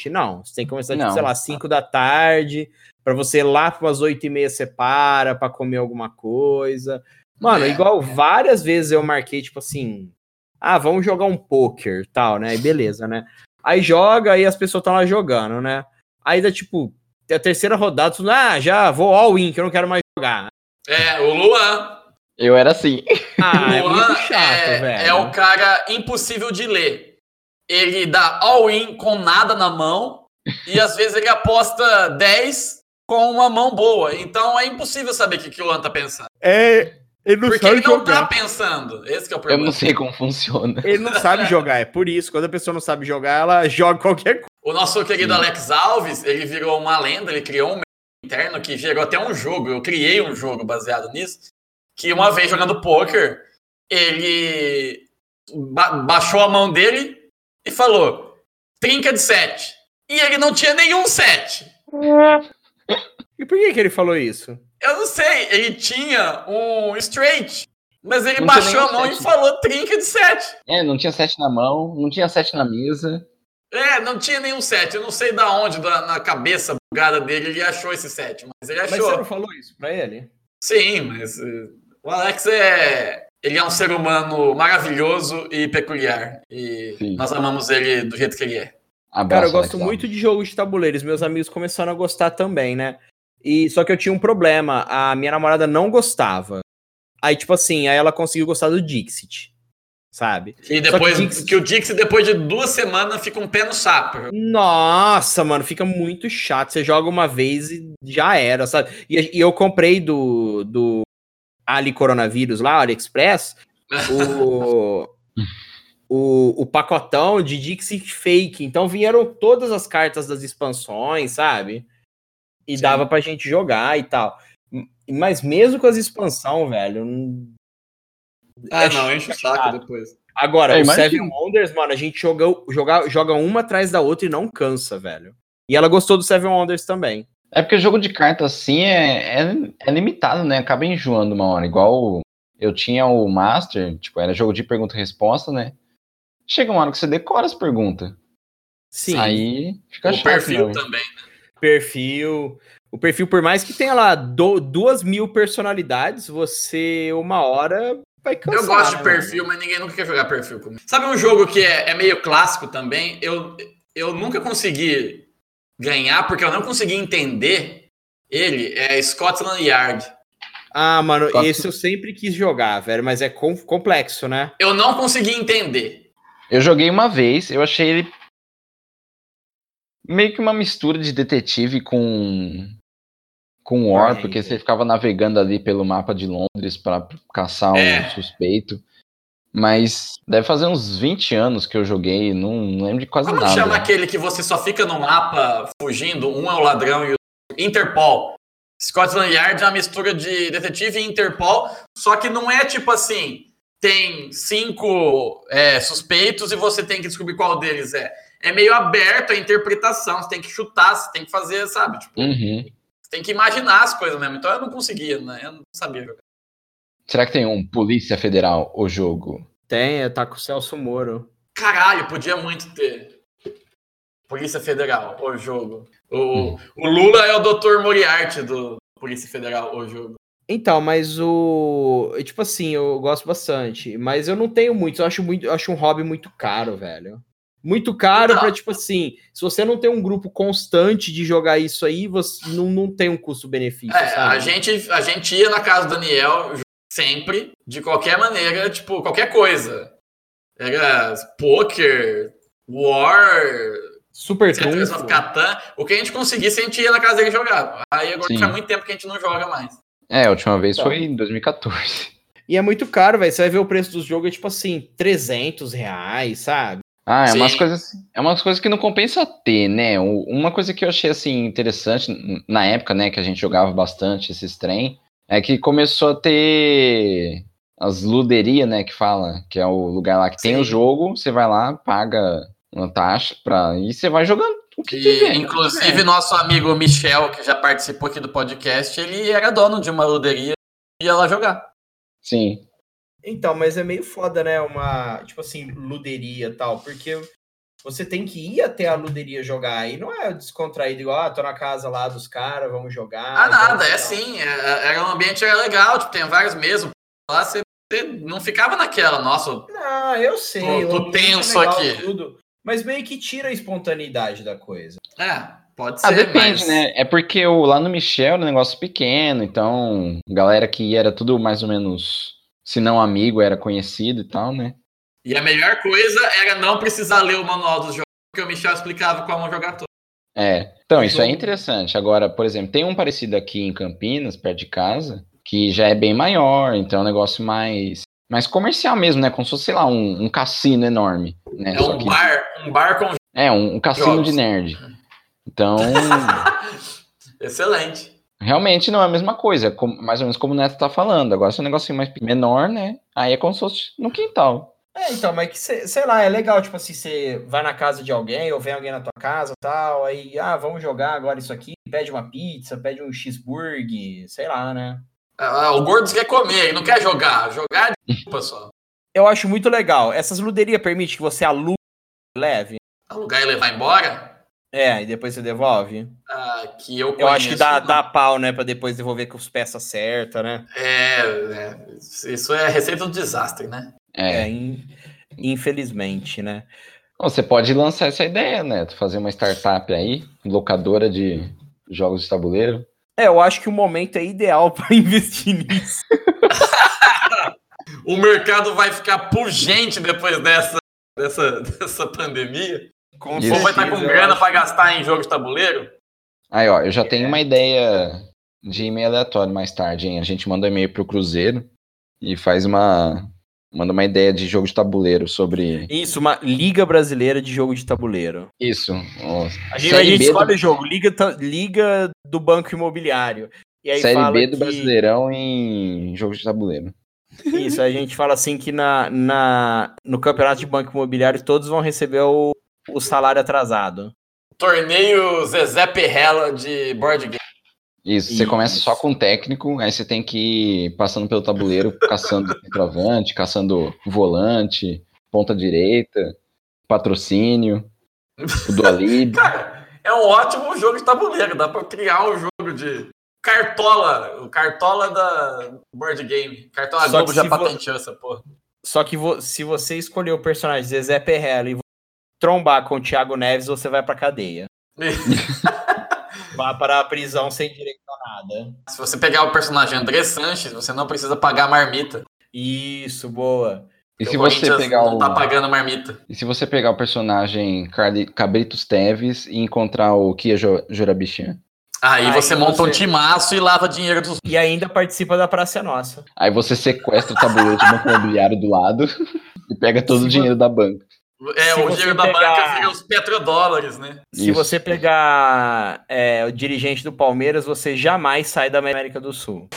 Não, você tem que começar, tipo, Não. sei lá, 5 da tarde, pra você ir lá umas 8 e meia você para pra comer alguma coisa. Mano, É. igual várias vezes eu marquei, tipo assim, ah, vamos jogar um poker, tal, né? E beleza, né? Aí joga e as pessoas estão lá jogando, né? Aí dá, tipo, a terceira rodada, tudo, ah, já vou all-in, que eu não quero mais jogar. É, o Luan. Eu era assim. Ah, é o Luan muito chato, é, velho. é o cara impossível de ler. Ele dá all-in com nada na mão e às vezes ele aposta 10 com uma mão boa. Então é impossível saber o que, que o Luan tá pensando. É, ele não Porque sabe ele não jogar. tá pensando. Esse que é o Eu problema. não sei como funciona. Ele não sabe jogar, é por isso. Quando a pessoa não sabe jogar, ela joga qualquer coisa. O nosso querido Alex Alves, ele virou uma lenda, ele criou um meme interno que gerou até um jogo. Eu criei um jogo baseado nisso. Que uma vez jogando poker, ele ba- baixou a mão dele e falou: trinca de sete. E ele não tinha nenhum sete. E por que, que ele falou isso? Eu não sei, ele tinha um straight. Mas ele Não tinha baixou a nenhum mão e sete. falou trinca de sete. É, não tinha sete na mão, não tinha sete na mesa. É, não tinha nenhum sete. Eu não sei da onde, da- na cabeça bugada dele, ele achou esse sete. Mas ele achou. falou isso pra ele? Sim, mas eh, o Alex é. Ele é um ser humano maravilhoso e peculiar. E Sim. nós amamos ele do jeito que ele é. Abraço, Cara, eu gosto Alex muito de jogos de tabuleiros. Meus amigos começaram a gostar também, né? E só que eu tinha um problema. A minha namorada não gostava. Aí, tipo assim, aí ela conseguiu gostar do Dixit. Sabe? E depois. que Que, Dixie- o Dixie, depois de duas semanas, fica um pé no sapo. Nossa, mano, fica muito chato. Você joga uma vez e já era, sabe? E, e eu comprei do, do Ali Coronavírus lá, AliExpress, o, o, o pacotão de Dixit Fake. Então vieram todas as cartas das expansões, sabe? E Sim. dava pra gente jogar e tal. M- Mas mesmo com as expansões, velho. não- Ah, É não, enche o saco depois. Agora, É, o imagina. Seven Wonders, mano, a gente joga, joga, joga uma atrás da outra e não cansa, velho. E ela gostou do Seven Wonders também. É porque jogo de carta assim é, é, é limitado, né? Acaba enjoando uma hora. Igual o- eu tinha o Master, tipo, era jogo de pergunta e resposta, né? Chega uma hora que você decora as perguntas. Sim. Aí fica O chato. perfil né? também. Perfil. O perfil, por mais que tenha lá do- duas mil personalidades, você uma hora vai cansar. Eu gosto né, de mano? perfil, mas ninguém nunca quer jogar perfil comigo. Sabe um jogo que é, é meio clássico também? Eu, eu nunca consegui ganhar, porque eu não consegui entender ele. É Scotland Yard. Ah, mano, Gosto. esse eu sempre quis jogar, velho, mas é com- complexo, né? Eu não consegui entender. Eu joguei uma vez, eu achei ele meio que uma mistura de detetive com com War, é Ranger. porque você ficava navegando ali pelo mapa de Londres pra caçar um É. suspeito. Mas deve fazer uns 20 anos que eu joguei, não, não lembro de quase Como nada. chama aquele que você só fica no mapa fugindo? Um é o ladrão e o Interpol. Scotland Yard é uma mistura de detetive e Interpol, só que não é tipo assim: tem cinco é, suspeitos e você tem que descobrir qual deles é. É meio aberto a interpretação, você tem que chutar, você tem que fazer, sabe? Tipo, Uhum. você tem que imaginar as coisas mesmo. Então eu não conseguia, né? Eu não sabia jogar. Será que tem um Polícia Federal, o jogo? Tem, tá com o Celso Moro. Caralho, podia muito ter. Polícia Federal, o jogo. Hum. O, o Lula é o Dr. Moriarty do Polícia Federal, o jogo. Então, mas o. eu, Tipo assim, eu gosto bastante. Mas eu não tenho muito. Eu acho, muito, eu acho um hobby muito caro, velho. Muito caro Não. pra, tipo assim, se você não tem um grupo constante de jogar isso aí, você não, não tem um custo-benefício, É, sabe? a gente, a gente ia na casa do Daniel sempre, de qualquer maneira, tipo, qualquer coisa. Era poker, war, Super etc, trunfo. Catan. O que a gente conseguisse, a gente ia na casa dele jogar. Aí agora Sim. faz muito tempo que a gente não joga mais. É, a última vez Tá. Então. foi em 2014. E é muito caro, velho. Você vai ver o preço dos jogos, é tipo assim, 300 reais, sabe? Ah, é Sim. umas, coisas, é umas coisas que não compensa ter, né? O- Uma coisa que eu achei assim interessante n- na época, né, que a gente jogava bastante esses trem, é que começou a ter as luderias, né, que fala, que é o lugar lá que tem Sim. o jogo, você vai lá, paga uma taxa pra, e você vai jogando o que E, tiver. inclusive, nosso amigo Michel, que já participou aqui do podcast, ele era dono de uma luderia e ia lá jogar. Sim. Então, mas é meio foda, né? Uma, tipo assim, luderia e tal, porque você tem que ir até a luderia jogar. E não é descontraído igual, ah, tô na casa lá dos caras, vamos jogar. Ah, nada, vamos é tal. sim. é- Era um ambiente era legal, tipo, tem vários mesmo. Lá você você não ficava naquela, nossa. Não, eu sei. Tô- tô o ambiente é tenso legal, aqui. Tudo, mas meio que tira a espontaneidade da coisa. É, pode ser. Ah, depende, mas- né? É porque o, lá no Michel era um negócio pequeno, então a galera que ia era tudo mais ou menos, se não amigo, era conhecido e tal, né? E a melhor coisa era não precisar ler o manual dos jogos, porque o Michel explicava como jogar tudo. É, então isso é Jogo. interessante. Agora, por exemplo, tem um parecido aqui em Campinas, perto de casa, que já é bem maior, então é um negócio mais, mais comercial mesmo, né? Como se fosse, sei lá, um, um cassino enorme, né? É Só um que- bar, um bar com. é, um, um cassino Jogos. de nerd. Então, Excelente. realmente não é a mesma coisa, é como- mais ou menos como o Neto tá falando. Agora, se é um negocinho mais pe- menor, né? Aí é como se fosse no quintal. É, então, mas que cê- sei lá, é legal, tipo assim, você vai na casa de alguém, ou vem alguém na tua casa tal, aí, ah, vamos jogar agora isso aqui, pede uma pizza, pede um cheeseburger, sei lá, né? Ah, o Gordos quer comer, ele não quer jogar. Jogar é desculpa só. Eu acho muito legal. Essas luderias permitem que você alugue leve? Alugar e levar embora? É, e depois você devolve. Ah, que eu Eu acho que conheço, dá, não. dá pau, né, pra depois devolver com as peças certas, né? É, é, isso é a receita do desastre, né? É. in- infelizmente, né? Você pode lançar essa ideia, Neto, fazer uma startup aí, locadora de jogos de tabuleiro. É, eu acho que o momento é ideal pra investir nisso. O mercado vai ficar pungente depois dessa, dessa, dessa pandemia. Com Isso. O povo vai estar com certeza, eu grana acho. pra gastar em jogo de tabuleiro. Aí, ó, É. eu já tenho uma ideia de e-mail aleatório mais tarde, hein? A gente manda um e-mail pro Cruzeiro e faz uma. Manda uma ideia de jogo de tabuleiro sobre Isso, uma Liga Brasileira de Jogo de Tabuleiro. isso. ó, A gente, a Série gente B escolhe do- o jogo, Liga, Ta- Liga do Banco Imobiliário. E aí série fala B do que- Brasileirão em jogo de tabuleiro. Isso, a gente fala assim que na, na, no campeonato de banco imobiliário todos vão receber o, o salário atrasado. Torneio Zezé Perrela de board game. Isso, você começa Isso. só com o técnico, aí você tem que ir passando pelo tabuleiro, caçando centroavante, caçando volante, ponta direita, patrocínio, o do Alib. Cara, é um ótimo jogo de tabuleiro. Dá pra criar um jogo de cartola. O cartola da board game. Cartola Só Globo que já se vo- patenteou essa porra. Só que vo- se você escolher o personagem Zezé Perrela e trombar com o Thiago Neves, você vai pra cadeia. Vá para a prisão sem direito a nada. Se você pegar o personagem André Sanches, você não precisa pagar marmita. Isso, boa. E Porque se o você Corinthians pegar um- não o. tá pagando marmita. E se você pegar o personagem Carli- Cabritos Teves e encontrar o Kia Jo- Jorabichan? Aí, Aí você monta um você- timaço e lava dinheiro dos. E ainda participa da Praça é Nossa. Aí você sequestra o tabuleiro do banco imobiliário do lado e pega todo o dinheiro da banca. É, Se o você dinheiro da pegar- banca fica os petrodólares, né? Se Isso. você pegar é, o dirigente do Palmeiras, você jamais sai da América do Sul.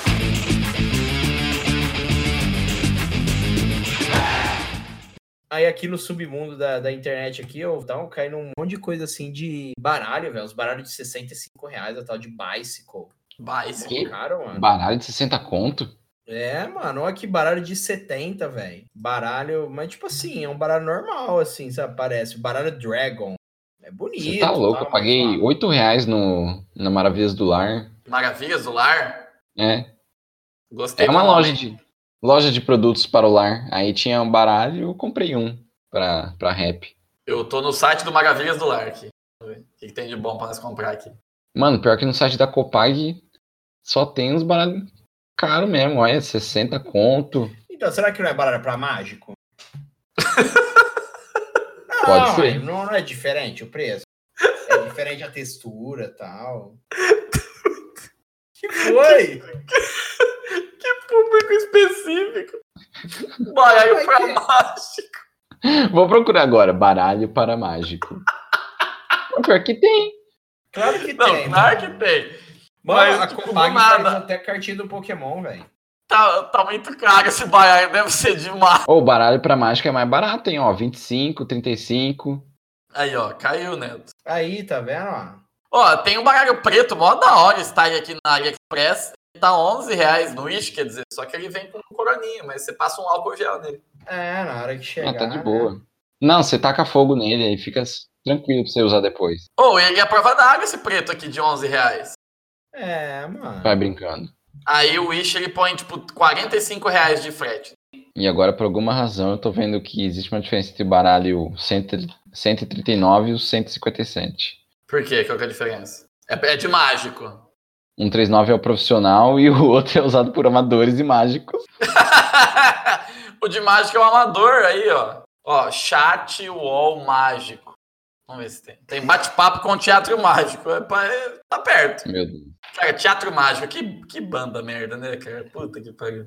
Aí aqui no submundo da, da internet aqui, eu tava caindo um monte de coisa assim de baralho, velho. Os baralhos de 65 reais, a tal de bicycle. Mas, Que? Cara, mano. Baralho de 60 conto? É, mano, olha que baralho de 70, velho. Baralho, mas tipo assim, é um baralho normal, assim, sabe? Parece. Baralho Dragon. É bonito. Você tá louco? tal, Eu paguei mas, 8 reais no, na Maravilhas do Lar. Maravilhas do Lar? É, Gostei. é uma do loja nome. de, loja de produtos para o lar. Aí tinha um baralho e eu comprei um pra, pra rap. Eu tô no site do Maravilhas do Lar aqui. Deixa eu ver O que, que tem de bom pra nós comprar aqui? Mano, pior que no site da Copag só tem uns baralhos caros mesmo. Olha, 60 conto. Então, será que não é baralho pra mágico? não, Pode ser. Não, não é diferente o preço. É diferente a textura e tal. que foi? Que público específico! Baralho pra mágico! Vou procurar agora. Baralho para mágico. Pior que tem. Claro que Não, tem. claro mano. que tem. Mano, mas, a tipo, Copag do nada. faz até cartinha do Pokémon, velho. Tá, tá muito caro esse baralho, deve ser demais. Ou baralho para mágico é mais barato, hein? Ó, 25, 35. Aí, ó, caiu, Neto. Aí, tá vendo? ó? Ó, tem um baralho preto, mó da hora esse tag aqui na AliExpress. Ele Tá 11 reais no Wish, quer dizer, só que ele vem com um coroninho, mas você passa um álcool gel nele. É, na hora que chegar. ah, tá de né? boa. Não, você taca fogo nele aí. Fica s- tranquilo pra você usar depois. Ou ele é a prova d'água esse preto aqui de 11 reais. É, mano. Vai brincando. Aí o Wish ele põe tipo 45 reais de frete. E agora, por alguma razão, eu tô vendo que existe uma diferença entre o baralho 100 139 e o 157. Por quê? Qual que é a diferença? É, é de mágico. 139 é o profissional e o outro é usado por amadores e mágicos. o de mágico é o amador aí, ó. Ó, chat wall mágico. Vamos ver se tem. Tem bate-papo com teatro mágico. É, pra- é- tá perto. Meu Deus. Cara, Teatro Mágico, que, que banda merda, né, cara? Puta que pariu.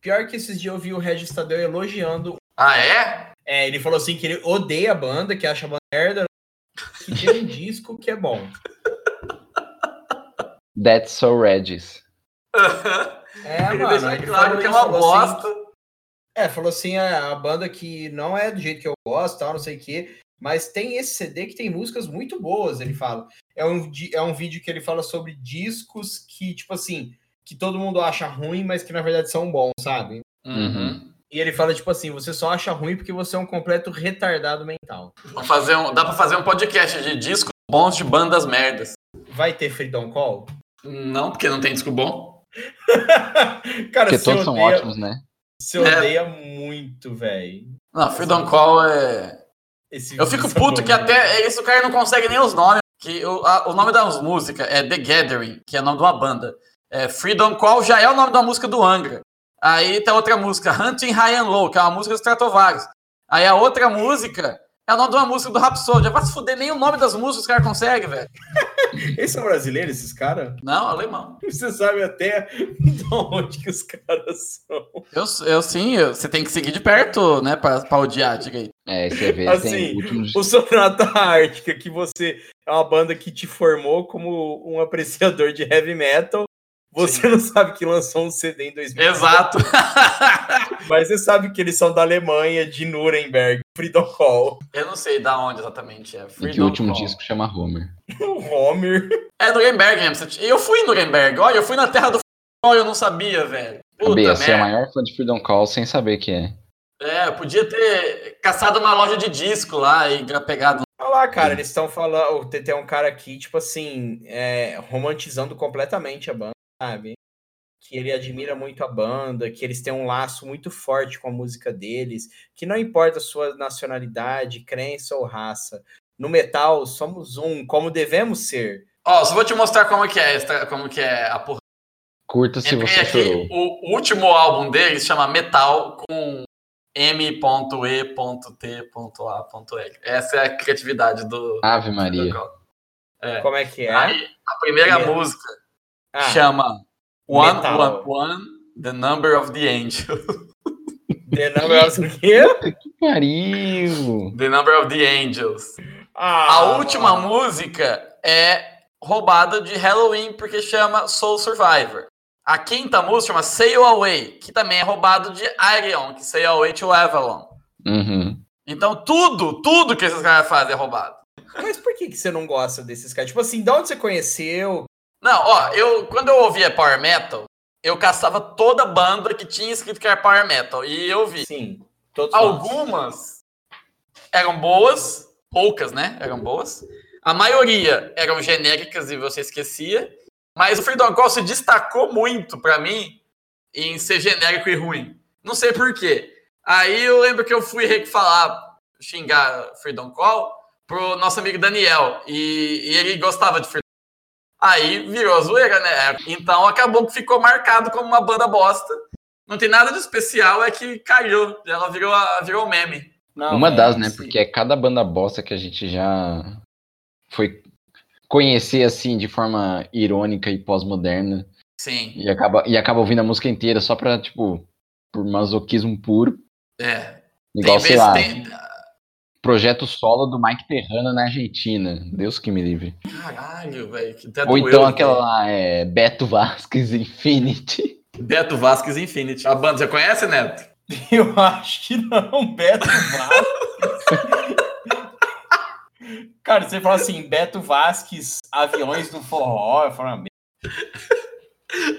Pior que esses dias eu vi o Regis Tadeu elogiando. Ah, é? É, ele falou assim que ele odeia a banda, que acha a banda merda, que tem um disco que é bom. That's so Regis. É, Queria mano. deixar Ele claro falou que é isso, uma falou bosta. Assim, é, falou assim, é, a banda que não é do jeito que eu gosto, tal, não sei o quê. Mas tem esse CD que tem músicas muito boas, ele fala. É um, di- é um vídeo que ele fala sobre discos que, tipo assim, que todo mundo acha ruim, mas que na verdade são bons, sabe? Uhum. E ele fala, tipo assim, você só acha ruim porque você é um completo retardado mental. Vamos fazer um, dá pra fazer um podcast de discos bons de bandas merdas. Vai ter Freedom Call? Não, porque não tem disco bom. Cara, Porque você todos odeia, são ótimos, né? É. você odeia muito, velho. Não, Freedom Call é. Esse Eu fico esse puto que bagulho. até. Esse cara não consegue nem os nomes. Que o, a- o nome das músicas é The Gathering, que é o nome de uma banda. É, Freedom Call já é o nome da música do Angra. Aí tem outra música, Hunting High and Low, que é uma música do Stratovarius. Aí a outra música é o nome de uma música do Rhapsody. Vai se fuder, nem o nome das músicas os caras conseguem, velho. Eles são brasileiros, esses caras? Não, alemão. Você sabe até de onde que os caras são. Eu, eu sim, eu- você tem que seguir de perto, né, pra, pra odiar, diga aí. É, você vê, Assim, tem últimos... O Sonata Ártica, que você é uma banda que te formou como um apreciador de heavy metal. Você não sabe que lançou um CD em 2000, Exato. mas você sabe que eles são da Alemanha, de Nuremberg, Freedom Call, eu não sei da onde exatamente é. E que o último Call. disco chama Homer. o Homer. É Nuremberg mesmo. você- Eu fui em Nuremberg. Olha, eu fui na terra do futebol, eu não sabia, velho. Puta Bia, merda. você é o maior fã de Freedom Call sem saber que é. É, eu podia ter caçado uma loja de disco lá e gra- pegado. Olha lá, cara, eles estão falando. Tem, tem um cara aqui, tipo assim, é, romantizando completamente a banda, sabe? Que ele admira muito a banda, que eles têm um laço muito forte com a música deles, que não importa a sua nacionalidade, crença ou raça. No metal, somos um, como devemos ser. Ó, só vou te mostrar como que é, esta- como que é a porra. Curta se Entrei você aqui, chorou. o último álbum deles chama Metal com m.e.t.a.l. Essa é a criatividade do. Ave Maria. É. Como é que é? Aí, a primeira Primeiro. música Ah, chama One, Metal. One, One, The Number of the Angel. The Number of the Kill? Pariu! The Number of the Angels. Ah, A última mano. música é roubada de Halloween, porque chama Soul Survivor. A quinta música chama Sail Away, que também é roubado de Arion, que Sail Away to Avalon. Uhum. Então tudo, tudo que esses caras fazem é roubado. Mas por que, que você não gosta desses caras? Tipo assim, de onde você conheceu? Não, ó, eu quando eu ouvia Power Metal, eu caçava toda banda que tinha escrito que era Power Metal. E eu vi. Sim, todos Algumas eram boas, poucas, né? Eram boas. A maioria eram genéricas e você esquecia. Mas o Freedom Call se destacou muito pra mim em ser genérico e ruim. Não sei por quê. Aí eu lembro que eu fui re- falar, xingar Freedom Call pro nosso amigo Daniel. E, e ele gostava de Freedom Call. Aí virou zoeira, né? Então acabou que ficou marcado como uma banda bosta. Não tem nada de especial, é que caiu. Ela virou, a- virou meme. Não, Uma é, das, né? sim. Porque é cada banda bosta que a gente já foi conhecer assim de forma irônica e pós-moderna Sim. e acaba, e acaba ouvindo a música inteira só pra, tipo, por masoquismo puro. É. Igual, sei vezes- lá, tem- projeto solo do Mike Terrano na Argentina. Deus que me livre. Caralho, velho. que até Ou doeu, então aquela velho. lá, é Beto Vasquez Infinity. Beto Vasquez Infinity. A banda, você conhece, Neto? Eu acho que não, Beto Vasquez. Cara, você fala assim, Beto Vasquez, aviões do forró, eu falo, ah,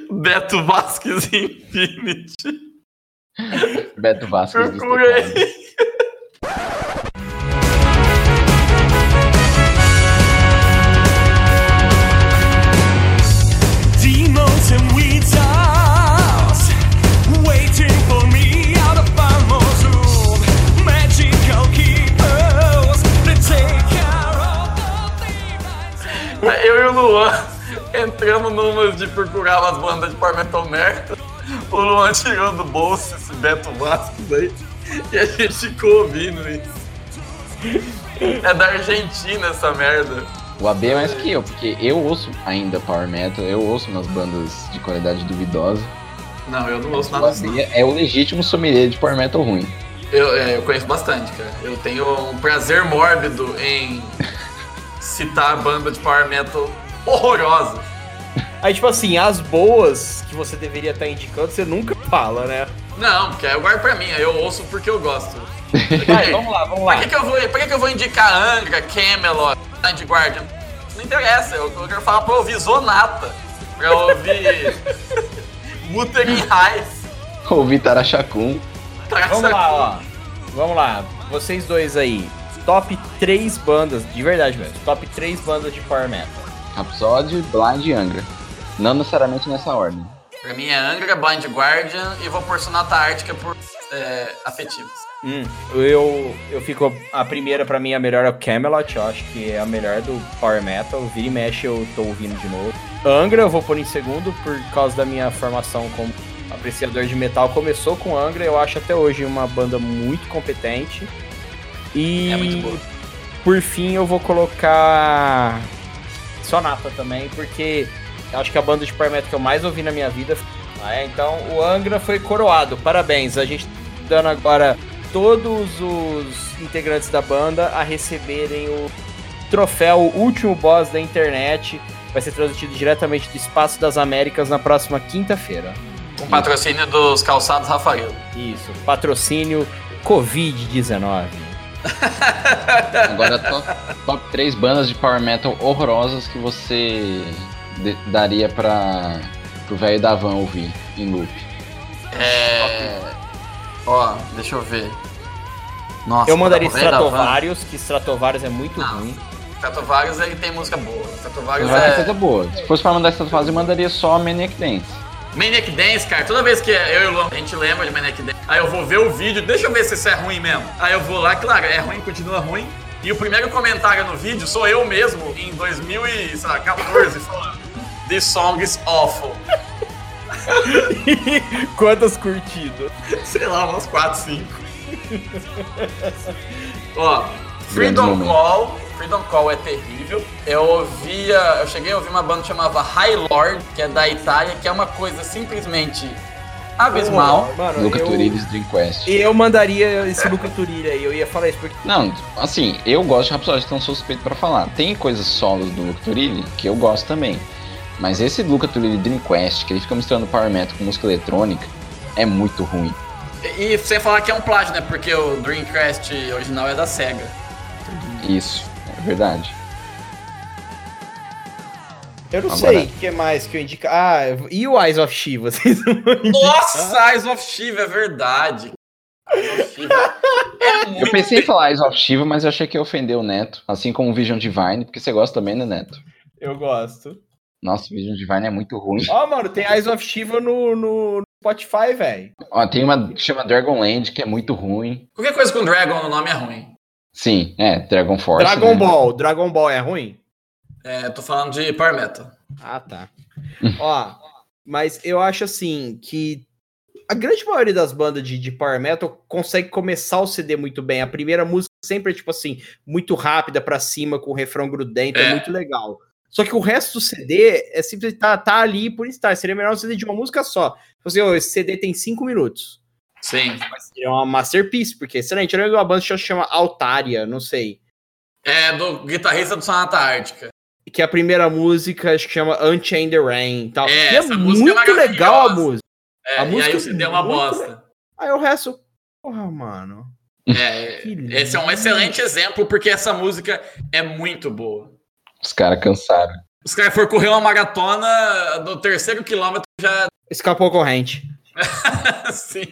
Beto Vasquez Infinity. Beto Vasquez dos Procura aí. teclados. Demons and wizards waiting for me out of Palmo's room. Magical keepers that take care of the demons. Eu e o Luan entramos numas de procurar umas bandas de power metal merda. O Luan tirou do bolso esse Beto Vasquez aí. E a gente ficou ouvindo isso. É da Argentina essa merda. O AB é mais que eu, porque eu ouço ainda Power Metal, eu ouço umas bandas de qualidade duvidosa. Não, eu não ouço O nada disso. AB é o legítimo sommelier de Power Metal ruim. Eu, é, eu conheço bastante, cara. Eu tenho um prazer mórbido em citar a banda de power metal horrorosa. Aí, tipo assim, as boas que você deveria estar indicando, você nunca fala, né? Não, porque eu guardo pra mim, aí eu ouço porque eu gosto. Vai, vamos lá, vamos Pra lá. que, que eu vou, pra que, que eu vou indicar Angra, Camelot, Blind Guardian? Não interessa, eu, eu quero falar pra eu ouvir Zonata, pra eu ouvir Wuthering Heights. Ouvi Tarachacum. Caraca, Vamos lá, ó. Vamos lá. Vocês dois aí, top 3 bandas, de verdade mesmo, top 3 bandas de power metal. Rhapsody, Blind e Angra. Não necessariamente nessa ordem. Pra mim é Angra, Blind Guardian e vou por Sonata Ártica por é, afetivos. Hum, eu, eu fico. A primeira pra mim é a melhor é o Camelot, eu acho que é a melhor do Power Metal. Vira e mexe, eu tô ouvindo de novo. Angra eu vou pôr em segundo por causa da minha formação como apreciador de metal. Começou com Angra, eu acho até hoje uma banda muito competente. E É muito boa. por fim eu vou colocar Sonata também, porque eu acho que a banda de Power Metal que eu mais ouvi na minha vida. Ah, é, então o Angra foi coroado. Parabéns. A gente tá dando agora todos os integrantes da banda a receberem o troféu Último Boss da Internet. Vai ser transmitido diretamente do Espaço das Américas na próxima quinta-feira. Com Um patrocínio dos calçados Rafael. Isso, patrocínio Covid-19. Agora, top, top 3 bandas de Power Metal horrorosas que você de- daria pra, pro velho da van ouvir em loop. É. Ó, deixa eu ver. Nossa, Eu mandaria tá morrendo a van. Stratovarius, que Stratovarius é muito Não. ruim. Stratovarius, ele tem música boa. Stratovarius Mas é é. coisa boa. Se fosse pra mandar essa fase, eu mandaria só Maniac Dance. Maniac Dance, cara, toda vez que eu e o Luan, a gente lembra de Maniac Dance. Aí eu vou ver o vídeo, deixa eu ver se isso é ruim mesmo. Aí eu vou lá, claro, é ruim, continua ruim. E o primeiro comentário no vídeo sou eu mesmo, em 2014, falando. This song is awful. Quantas curtidas? Sei lá, umas 4, 5. Ó, Grande Freedom momento. Call, Freedom Call é terrível. Eu ouvia, eu cheguei a ouvir uma banda que chamava High Lord, que é da Itália, que é uma coisa simplesmente abismal. Mano, Luca eu, Turilli's Dream Quest. eu mandaria esse Luca Turilha aí, eu ia falar isso porque. Não, assim, eu gosto de Rhapsody, então sou suspeito pra falar. Tem coisas solos do Luca Turilli que eu gosto também. Mas esse Luca Turilli Dream Quest, que ele fica misturando power metal com música eletrônica, é muito ruim. E, e sem falar que é um plágio, né? Porque o Dreamcast original é da SEGA. Isso, é verdade. Eu não Agora- sei o que mais que eu indico. Ah, e o Eyes of She, vocês não Nossa, Eyes of Shiva, é verdade. Eyes of Shiva é Eu muito pensei em falar Eyes of Shiva, mas eu achei que ia ofender o Neto. Assim como o Vision Divine, porque você gosta também, né, Neto? Eu gosto. Nossa, o Vision Divine é muito ruim. Ó, mano, tem Eyes of Shiva no, no Spotify, velho. Ó, tem uma que chama Dragonland, que é muito ruim. Qualquer coisa com Dragon no nome é ruim. Sim, é, Dragon Force. Dragon né? Ball. Dragon Ball é ruim? É, tô falando de Power Metal. Ah, tá. Ó, mas eu acho assim que a grande maioria das bandas de, de power metal consegue começar o CD muito bem. A primeira música sempre é tipo assim, muito rápida pra cima, com o refrão grudento, é. É. muito legal. Só que o resto do CD é simplesmente tá, tá ali por estar. Seria melhor um CD de uma música só. Tipo assim, ó, esse CD tem cinco minutos. Sim. Mas seria uma masterpiece, porque é excelente. Eu lembro de uma banda que chama Altaria, não sei. É do guitarrista do Sonata Ártica. Que a primeira música acho que chama Unchained the Rain e tal. É, que é essa música é muito legal a maravilhosa. música. É, A e aí música o CD é uma muito bosta. Aí o resto, porra, mano. É, Que lindo. esse é um excelente exemplo porque essa música é muito boa. Os caras cansaram. Os caras foram correr uma maratona no terceiro quilômetro já. Escapou a corrente. assim.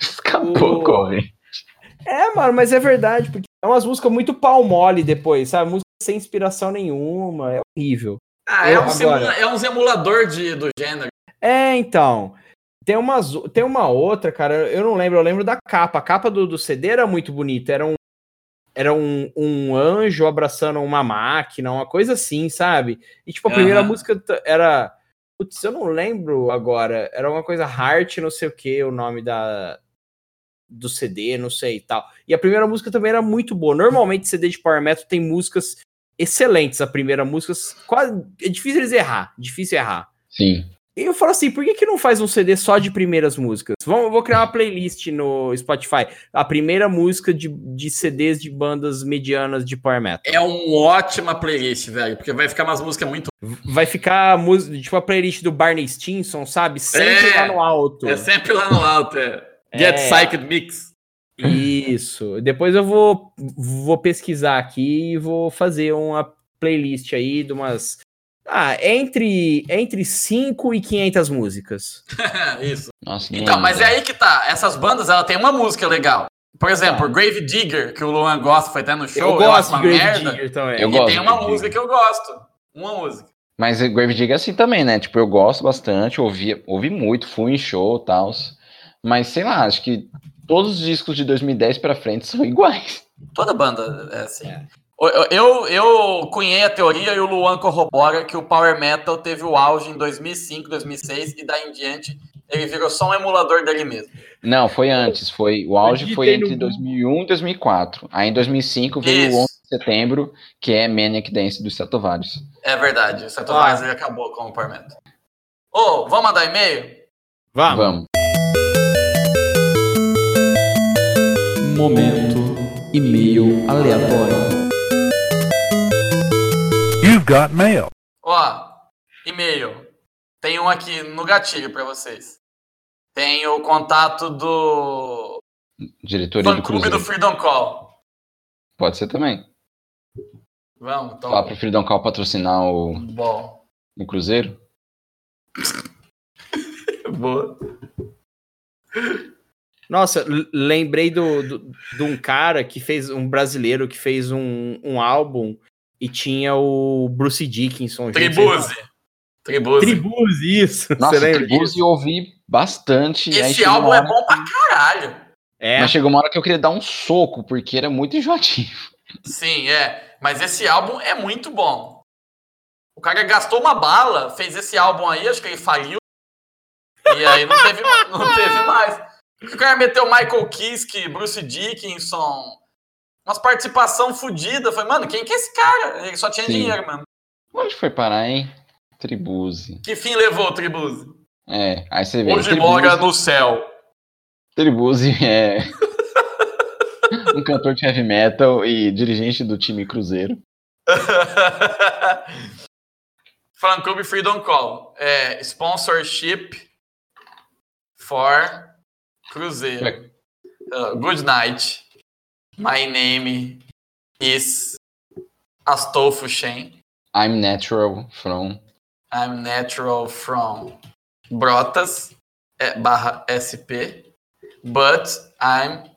Escapou, O- corre. É, mano, mas é verdade, porque é umas músicas muito pau mole depois, sabe? Música sem inspiração nenhuma, é horrível. Ah, é, Eu um simula- agora. é uns emulador de, do gênero. É, então. Tem, umas, tem uma outra, cara, eu não lembro, eu lembro da capa. A capa do, do CD era muito bonita, era um. Era um, um anjo abraçando uma máquina, uma coisa assim, sabe? E, tipo, a primeira Aham. música t- era. Putz, eu não lembro agora. Era alguma coisa Heart, não sei o que, o nome da, do CD, não sei e tal. E a primeira música também era muito boa. Normalmente CD de power metal tem músicas excelentes. A primeira música quase é difícil eles errar, difícil errar. Sim. E eu falo assim, por que, que não faz um CD só de primeiras músicas? Vamos, eu vou criar uma playlist no Spotify. A primeira música de, de CDs de bandas medianas de power metal. É uma ótima playlist, velho. Porque vai ficar umas músicas muito. Vai ficar a música, tipo a playlist do Barney Stinson, sabe? Sempre É. lá no alto. É sempre lá no alto. É. Get É. Psyched Mix. Isso. Depois eu vou, vou pesquisar aqui e vou fazer uma playlist aí de umas. Ah, entre, entre 5 e 500 músicas. Isso. Nossa, né? ninguém Então, mas é lembra. aí que tá. Essas bandas, ela tem uma música legal. Por exemplo, Grave Digger, que o Luan gosta, foi até no show. acho uma merda. também. Eu e gosto tem de uma Grave música que eu gosto. Uma música. Mas o Grave Digger é assim também, né? Tipo, eu gosto bastante, ouvi, ouvi muito, fui em show e tal. Mas sei lá, acho que todos os discos de 2010 pra frente são iguais. Toda banda é assim. É. Eu, eu, eu cunhei a teoria e o Luan corrobora que o Power Metal teve o auge em 2005, 2006 e daí em diante ele virou só um emulador dele mesmo. Não, foi antes, foi o auge foi digitei no entre Google. 2001 e 2004. Aí em 2005 veio Isso. o 11 de setembro, que é Maniac Dance dos Stratovarius. É verdade, o Seto Ah. Advisor acabou com o Power Metal. Ô, vamos mandar e-mail? Ah, Vamos. Vamos. Momento e-mail aleatório. You've got mail. Ó, e-mail. Tem um aqui no gatilho pra vocês. Tem o contato do Diretoria fã do clube Cruzeiro. do Freedom Call. Pode ser também. Vamos, então. Falar pro Freedom Call patrocinar o, Bom. o Cruzeiro. Boa. Nossa, l- lembrei do, do, de um cara que fez, um brasileiro que fez um, um álbum e tinha o Bruce Dickinson. junto. Tribuse. Tribuse. Tribuse, isso. Nossa, Você lembra Tribuse disso? eu ouvi bastante. aí Esse chegou uma álbum hora- é bom pra caralho. É, Mas chegou uma hora que eu queria dar um soco, porque era muito enjoativo. Sim, é. Mas esse álbum é muito bom. O cara gastou uma bala, fez esse álbum aí, acho que ele faliu. E aí não teve, não teve mais. O cara meteu Michael Kiske, Bruce Dickinson, umas participação fodida. Falei, mano, quem que é esse cara? Ele só tinha Sim. dinheiro, mano. Onde foi parar, hein? Tribuse. Que fim levou o Tribuse? É, aí você vê. Hoje Tribuse- mora no céu. Tribuse é. um cantor de heavy metal e dirigente do time Cruzeiro. Fan Club Freedom Call. É, sponsorship for Cruzeiro. Uh, good night. My name is Astolfo Shen. I'm natural from. I'm natural from Brotas é, barra SP, but I'm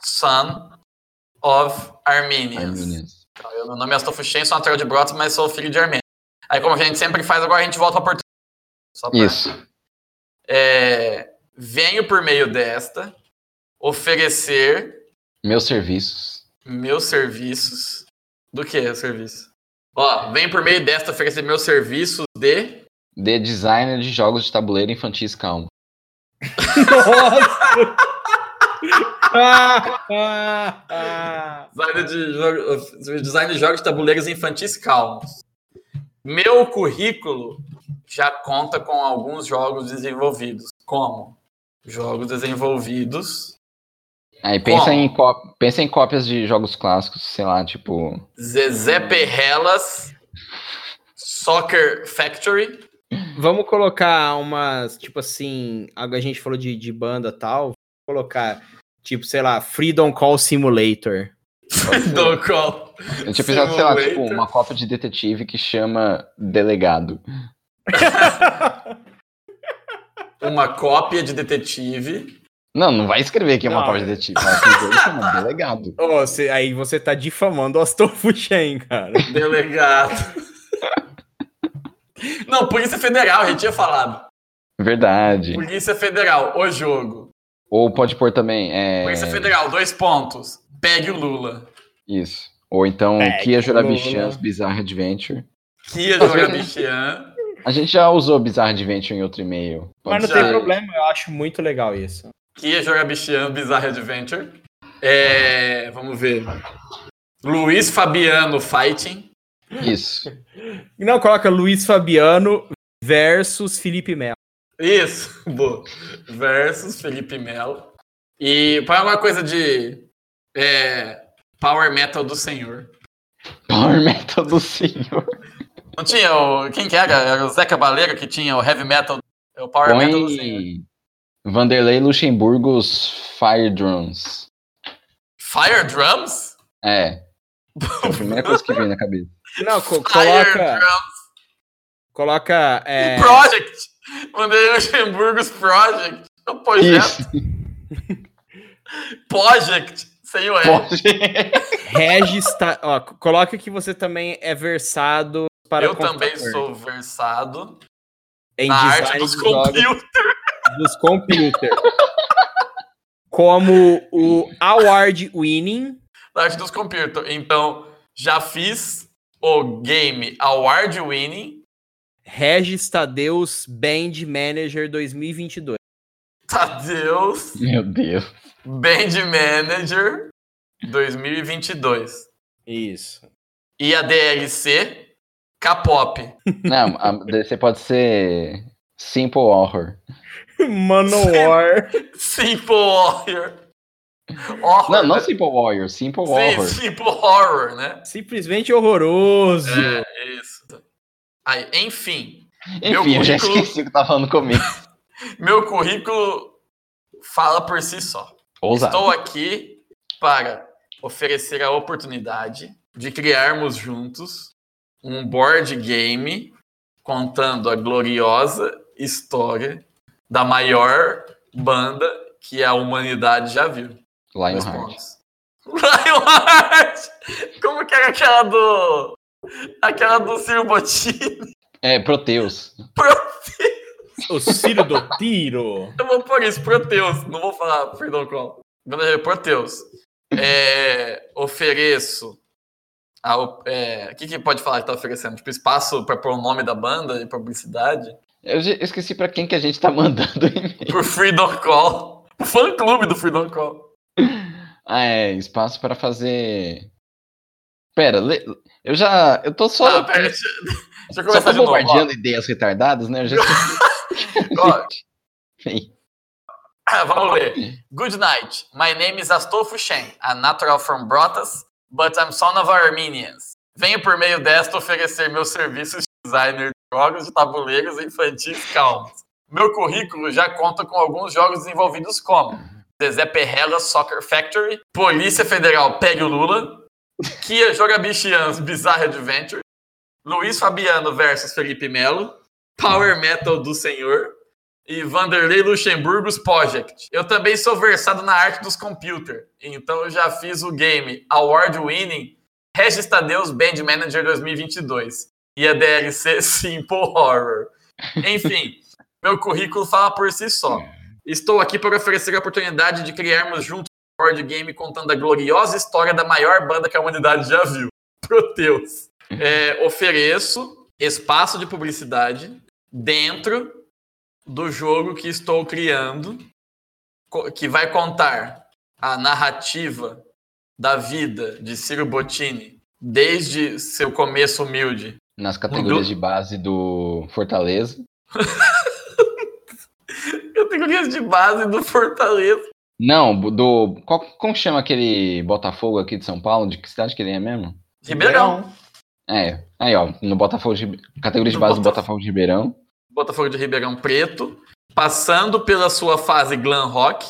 son of Armenians. Arminians. Então, eu- meu nome é Astolfo Shen, sou natural de Brotas, mas sou filho de Armênio. Aí, como a gente sempre faz, agora a gente volta para Portugal. Só pra- Isso. É, venho por meio desta oferecer Meus serviços. meus serviços. Do que é o serviço? Ó, venho por meio desta oferecer meus serviços de. De designer de jogos de tabuleiro infantis calmo. Nossa! Design de, jogo- design de jogos de tabuleiros infantis calmos. Meu currículo já conta com alguns jogos desenvolvidos, como jogos desenvolvidos Aí pensa Como? em, có- pensa em cópias de jogos clássicos, sei lá, tipo. Zezé Perrelas, Soccer Factory. Vamos colocar umas, tipo assim, a a gente falou de, de banda e tal, vou colocar, tipo, sei lá, Freedom Call Simulator. Do qual Eu tinha pensado, sei lá, tipo, Simulator. uma cópia de detetive que chama Delegado. uma cópia de detetive. Não, não vai escrever que é uma Não. cópia de detetive. Vai escrever que é chama um Delegado. Ô, você- aí você tá difamando o Astolfo Shen, cara. Delegado. Não, Polícia Federal, a gente tinha falado. Verdade. Polícia Federal, o jogo. Ou pode pôr também. É... Polícia Federal, dois pontos. Pegue o Lula. Isso. Ou então É, Kia Lula. Jurabichan's Bizarre Adventure. Kia Jogabichian. A gente já usou Bizarre Adventure em outro e-mail. Mas não Pode tem ser. problema, eu acho muito legal isso. Kia Jogabichian, Bizarre Adventure. É, vamos ver. Luiz Fabiano Fighting. Isso. Não, coloca Luiz Fabiano versus Felipe Melo. Isso, boa. Versus Felipe Melo. E põe alguma coisa de é, Power Metal do Senhor. Power Metal do Senhor. Não tinha o. Quem que era? Era o Zé Cabaleiro que tinha o Heavy Metal. é O Power Metal do Senhor. Põe Vanderlei Luxemburgo's Fire Drones. Fire Drums? É. Foi a primeira coisa que veio na cabeça. Não, co- Fire coloca. Coloca. Um É, Project! Mandei Luxemburgos Project. É um projeto. Isso. Project! Sem o R. Pode. Regis. Ta... Ó, co- coloca que você também é versado para. Eu também computador, sou versado Em na arte design dos de jogos computadores. dos computer. Como o Award Winning. da arte dos computers. Então, já fiz o game Award Winning, Regis Tadeus Band Manager 2022. Tadeus Meu Deus. Band Manager 2022. Isso. E a DLC K-pop. Não, a- você pode ser Simple Horror. Manowar. Simple Horror. Horror. Não, não né? Simple Warrior, Simple Sim, Horror. Simple Horror, né? Simplesmente horroroso. É, isso. Aí, enfim, Meu Enfim, eu já currículo- esqueci o que tava falando comigo. Meu currículo fala por si só. Ousado. Estou aqui para oferecer a oportunidade de criarmos juntos um board game contando a gloriosa história da maior banda que a humanidade já viu. Dois Lionheart. pontos. Lionheart! Como que era aquela do. Aquela do Ciro Bottini? É, Proteus. O Ciro do Tiro. Eu vou pôr isso, Proteus. Não vou falar Freedom Call. Meu nome é Proteus. É, ofereço. a op- é, O que, que pode falar que tá oferecendo? Tipo, espaço pra pôr o nome da banda e publicidade? Eu já esqueci pra quem que a gente tá mandando o e-mail. Pro Freedom Call. O fã clube do Freedom Call. Ah, é, espaço para fazer. Pera, le- eu já. Eu tô só. Ah, pera, deixa, deixa eu só começar tô de novo. ó. bombardeando ideias retardadas, né? Eu já Ó, sei. Ah, Vamos ler. Good night. My name is Astolfo Shen, a natural from Brotas, but I'm son of Armenians. Venho por meio desta oferecer meus serviços de designer de jogos de tabuleiros infantis calmos. Meu currículo já conta com alguns jogos desenvolvidos como Zezé Perrela Soccer Factory, Polícia Federal Pegue o Lula, Kia Jogabichians Bizarre Adventure, Luiz Fabiano versus Felipe Melo, Power Metal do Senhor, e Vanderlei Luxemburgo's Project. Eu também sou versado na arte dos computer, então eu já fiz o game Award Winning Regis Tadeus Band Manager 2022 e a DLC Simple Horror. Enfim, meu currículo fala por si só. Estou aqui para oferecer a oportunidade de criarmos juntos um board game contando a gloriosa história da maior banda que a humanidade já viu, Proteus. É, ofereço espaço de publicidade dentro do jogo que estou criando, co- que vai contar a narrativa da vida de Ciro Bottini desde seu começo humilde. Nas categorias Mudou. de base do Fortaleza. Categorias de base do Fortaleza. Não, do. qual- como chama aquele Botafogo aqui de São Paulo? De que cidade que ele é mesmo? Ribeirão. É. Aí, ó, no Botafogo de. Categoria de No base do Botaf- Botafogo de Ribeirão. Botafogo de Ribeirão Preto. Passando pela sua fase glam rock.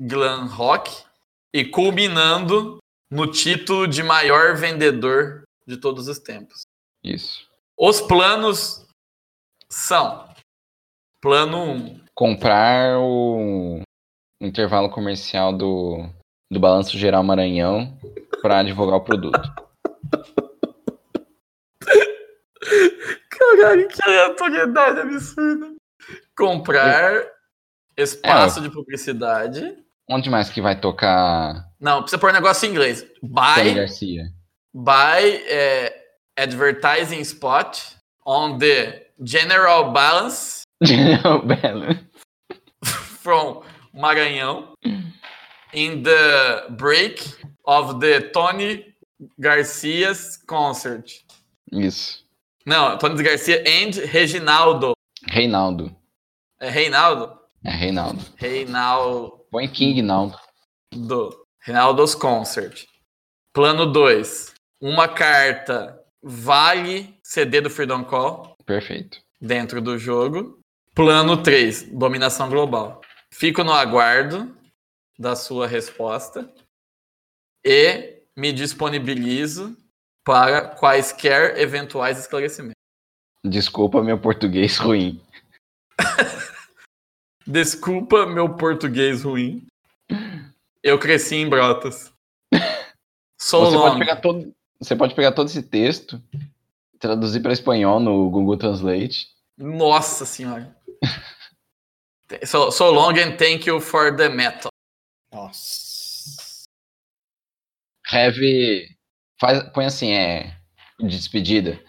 Glam rock. E culminando no título de maior vendedor de todos os tempos. Isso. Os planos são: plano 1, Comprar o o intervalo comercial do, do Balanço Geral Maranhão para divulgar o produto. caralho, que aleatoriedade absurda. Comprar É. espaço de publicidade. Onde mais que vai tocar Não, precisa pôr um negócio em inglês. Tony Buy, Garcia? buy eh, advertising spot on the general balance Não, Belo. from Maranhão in the break of the Tony Garcia's concert. Isso. Não, Tony Garcia and Reginaldo. Reinaldo. É Reinaldo? É Reinaldo. Reinaldo. Põe King Naldo. Reinaldo's Concert. Plano 2. Uma carta vale CD do Freedom Call Perfeito. dentro do jogo. Plano 3. Dominação global. Fico no aguardo da sua resposta e me disponibilizo para quaisquer eventuais esclarecimentos. Desculpa meu português ruim. Desculpa meu português ruim. Eu cresci em Brotas. Sou Você pode, longo. pegar todo, você pode pegar todo esse texto, traduzir para espanhol no Google Translate. Nossa senhora. Te- so, so long and thank you for the metal. Nossa. Have. Faz, põe assim, é. de Despedida.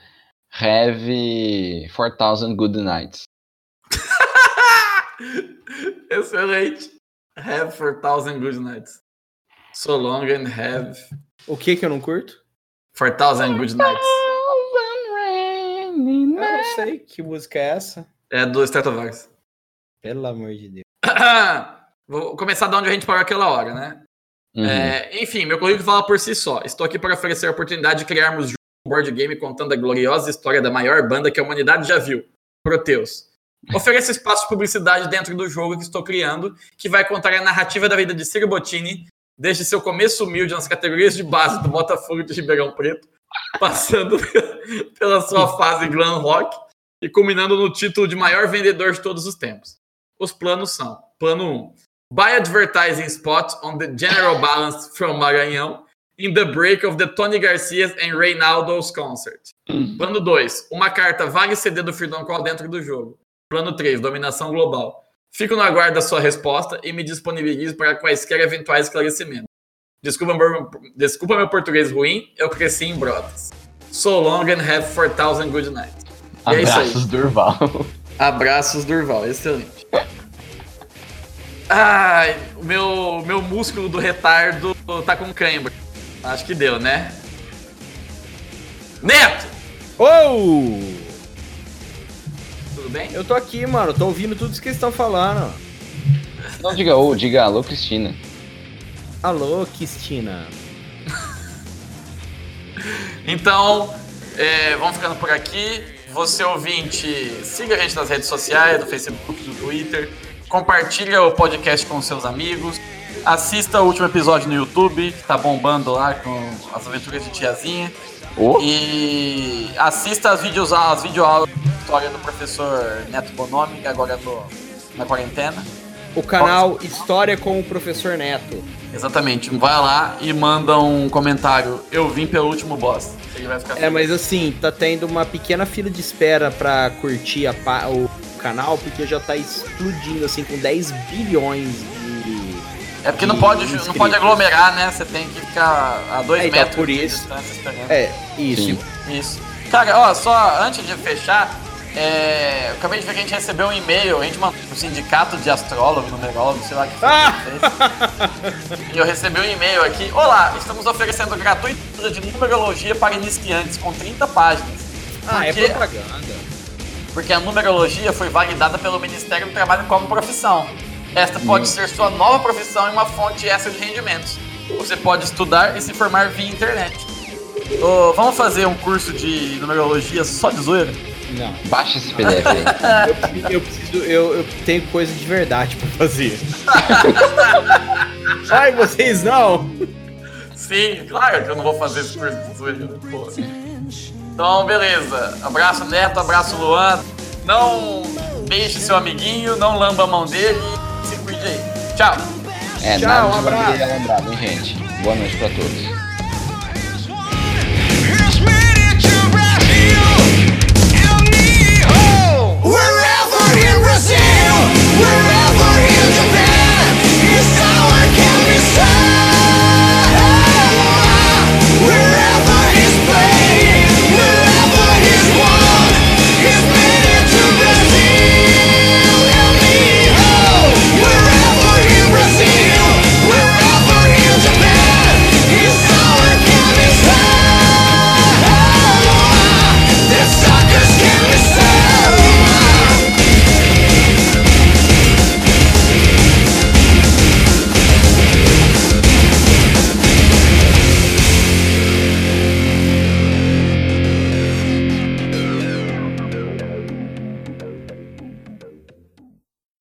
Have 4,000 good nights. Excelente. Have for thousand good nights. So long and have O que que eu não curto? for thousand good nights. Eu não sei que música é essa. É do Stratovarius. Pelo amor de Deus. Vou começar de onde a gente parou aquela hora, né? Uhum. É, enfim, meu currículo fala por si só. Estou aqui para oferecer a oportunidade de criarmos juntos um board game contando a gloriosa história da maior banda que a humanidade já viu, Proteus. Ofereço espaço de publicidade dentro do jogo que estou criando, que vai contar a narrativa da vida de Ciro Bottini, desde seu começo humilde nas categorias de base do Botafogo de Ribeirão Preto, passando pela sua fase glam rock e culminando no título de maior vendedor de todos os tempos. Os planos são: plano 1, Buy advertising spot on the general balance from Maranhão in the break of the Tony Garcia's and Reinaldo's concert. Plano 2. Uma carta vale CD do Freedom Call dentro do jogo. Plano 3. Dominação global. Fico no aguardo da sua resposta e me disponibilizo para quaisquer eventuais esclarecimentos. Desculpa meu, desculpa meu português ruim, eu cresci em Brotas. So long and have 4,000 good nights. E é isso aí. Abraços, Durval. Abraços, Durval. Excelente. Ai, o meu, meu músculo do retardo Ou tá com cãibra? Acho que deu, né? Neto! Ou! Tudo bem? Eu tô aqui, mano. Tô ouvindo tudo isso que eles estão falando. Não diga ô, diga alô, Cristina. Alô, Cristina. Então, é, vamos ficando por aqui. Você ouvinte, siga a gente nas redes sociais, no Facebook, no Twitter. Compartilha o podcast com seus amigos. Assista o último episódio no YouTube, que tá bombando lá com as aventuras de tiazinha. Ô, E assista as vídeos, as videoaulas da história do professor Neto Bonomi, que agora tô na quarentena. O canal História com o Professor Neto. Exatamente. Vai lá e manda um comentário. Eu vim pelo último boss. Ele vai ficar É, mas assim, tá tendo uma pequena fila de espera pra curtir a pa- o canal, porque já tá explodindo, assim, com 10 bilhões de... É porque não pode, inscritos. não pode aglomerar, né? Você tem que ficar a dois É, então, metros por de isso. distância esperando. É, isso. Sim. Isso. Cara, ó, só antes de fechar, é, eu acabei de ver que a gente recebeu um e-mail, a gente mandou pro sindicato de astrólogo, numerólogo, sei lá o que foi Ah! que fez. E eu recebi um e-mail aqui. Olá, estamos oferecendo gratuita ajuda de numerologia para iniciantes com 30 páginas. Ah, é Porque- propaganda. porque a numerologia foi validada pelo Ministério do Trabalho como profissão. Esta pode ser sua nova profissão e uma fonte extra de rendimentos. Você pode estudar e se formar via internet. Ô, vamos fazer um curso de numerologia só de zoeira? Não, Baixa esse PDF aí. eu preciso... Eu, eu tenho coisa de verdade pra fazer. Ai, vocês não? Sim, claro que eu não vou fazer esse curso de zoeira. pô. Então, beleza. Abraço, Neto. Abraço, Luan. Não beije seu amiguinho, não lamba a mão dele. e Se cuide aí. Tchau. É, Tchau, nada um de abraço. bandeira lembrada, hein, gente? Boa noite pra todos. Wherever in Brazil, wherever in Japan, his power can be seen. Wherever he's playing, wherever he's won, he's made it to Brazil. El Niño. Wherever in Brazil, wherever in Japan, his power can be seen. The suckers can be seen.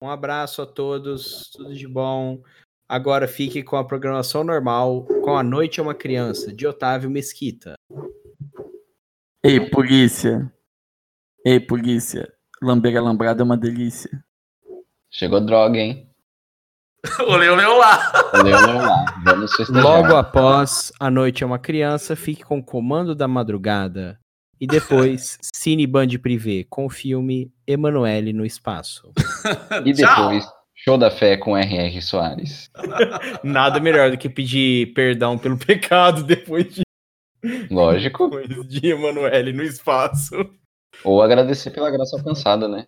Um abraço a todos, tudo de bom. Agora fique com a programação normal, com A Noite é uma Criança, de Otávio Mesquita. Ei, polícia. Ei, polícia. Lambeira lambrada é uma delícia. Chegou droga, hein? Olê, olê, olá. Valeu, vamos lá. Vamos festejar. Logo após A Noite é uma Criança, fique com Comando da Madrugada. E depois, Cine Band Privé, com o filme Emanuele no Espaço. E depois, show da fé com R.R. Soares. Nada melhor do que pedir perdão pelo pecado depois de, Lógico. de Emanuele no Espaço. Ou agradecer pela graça alcançada, né?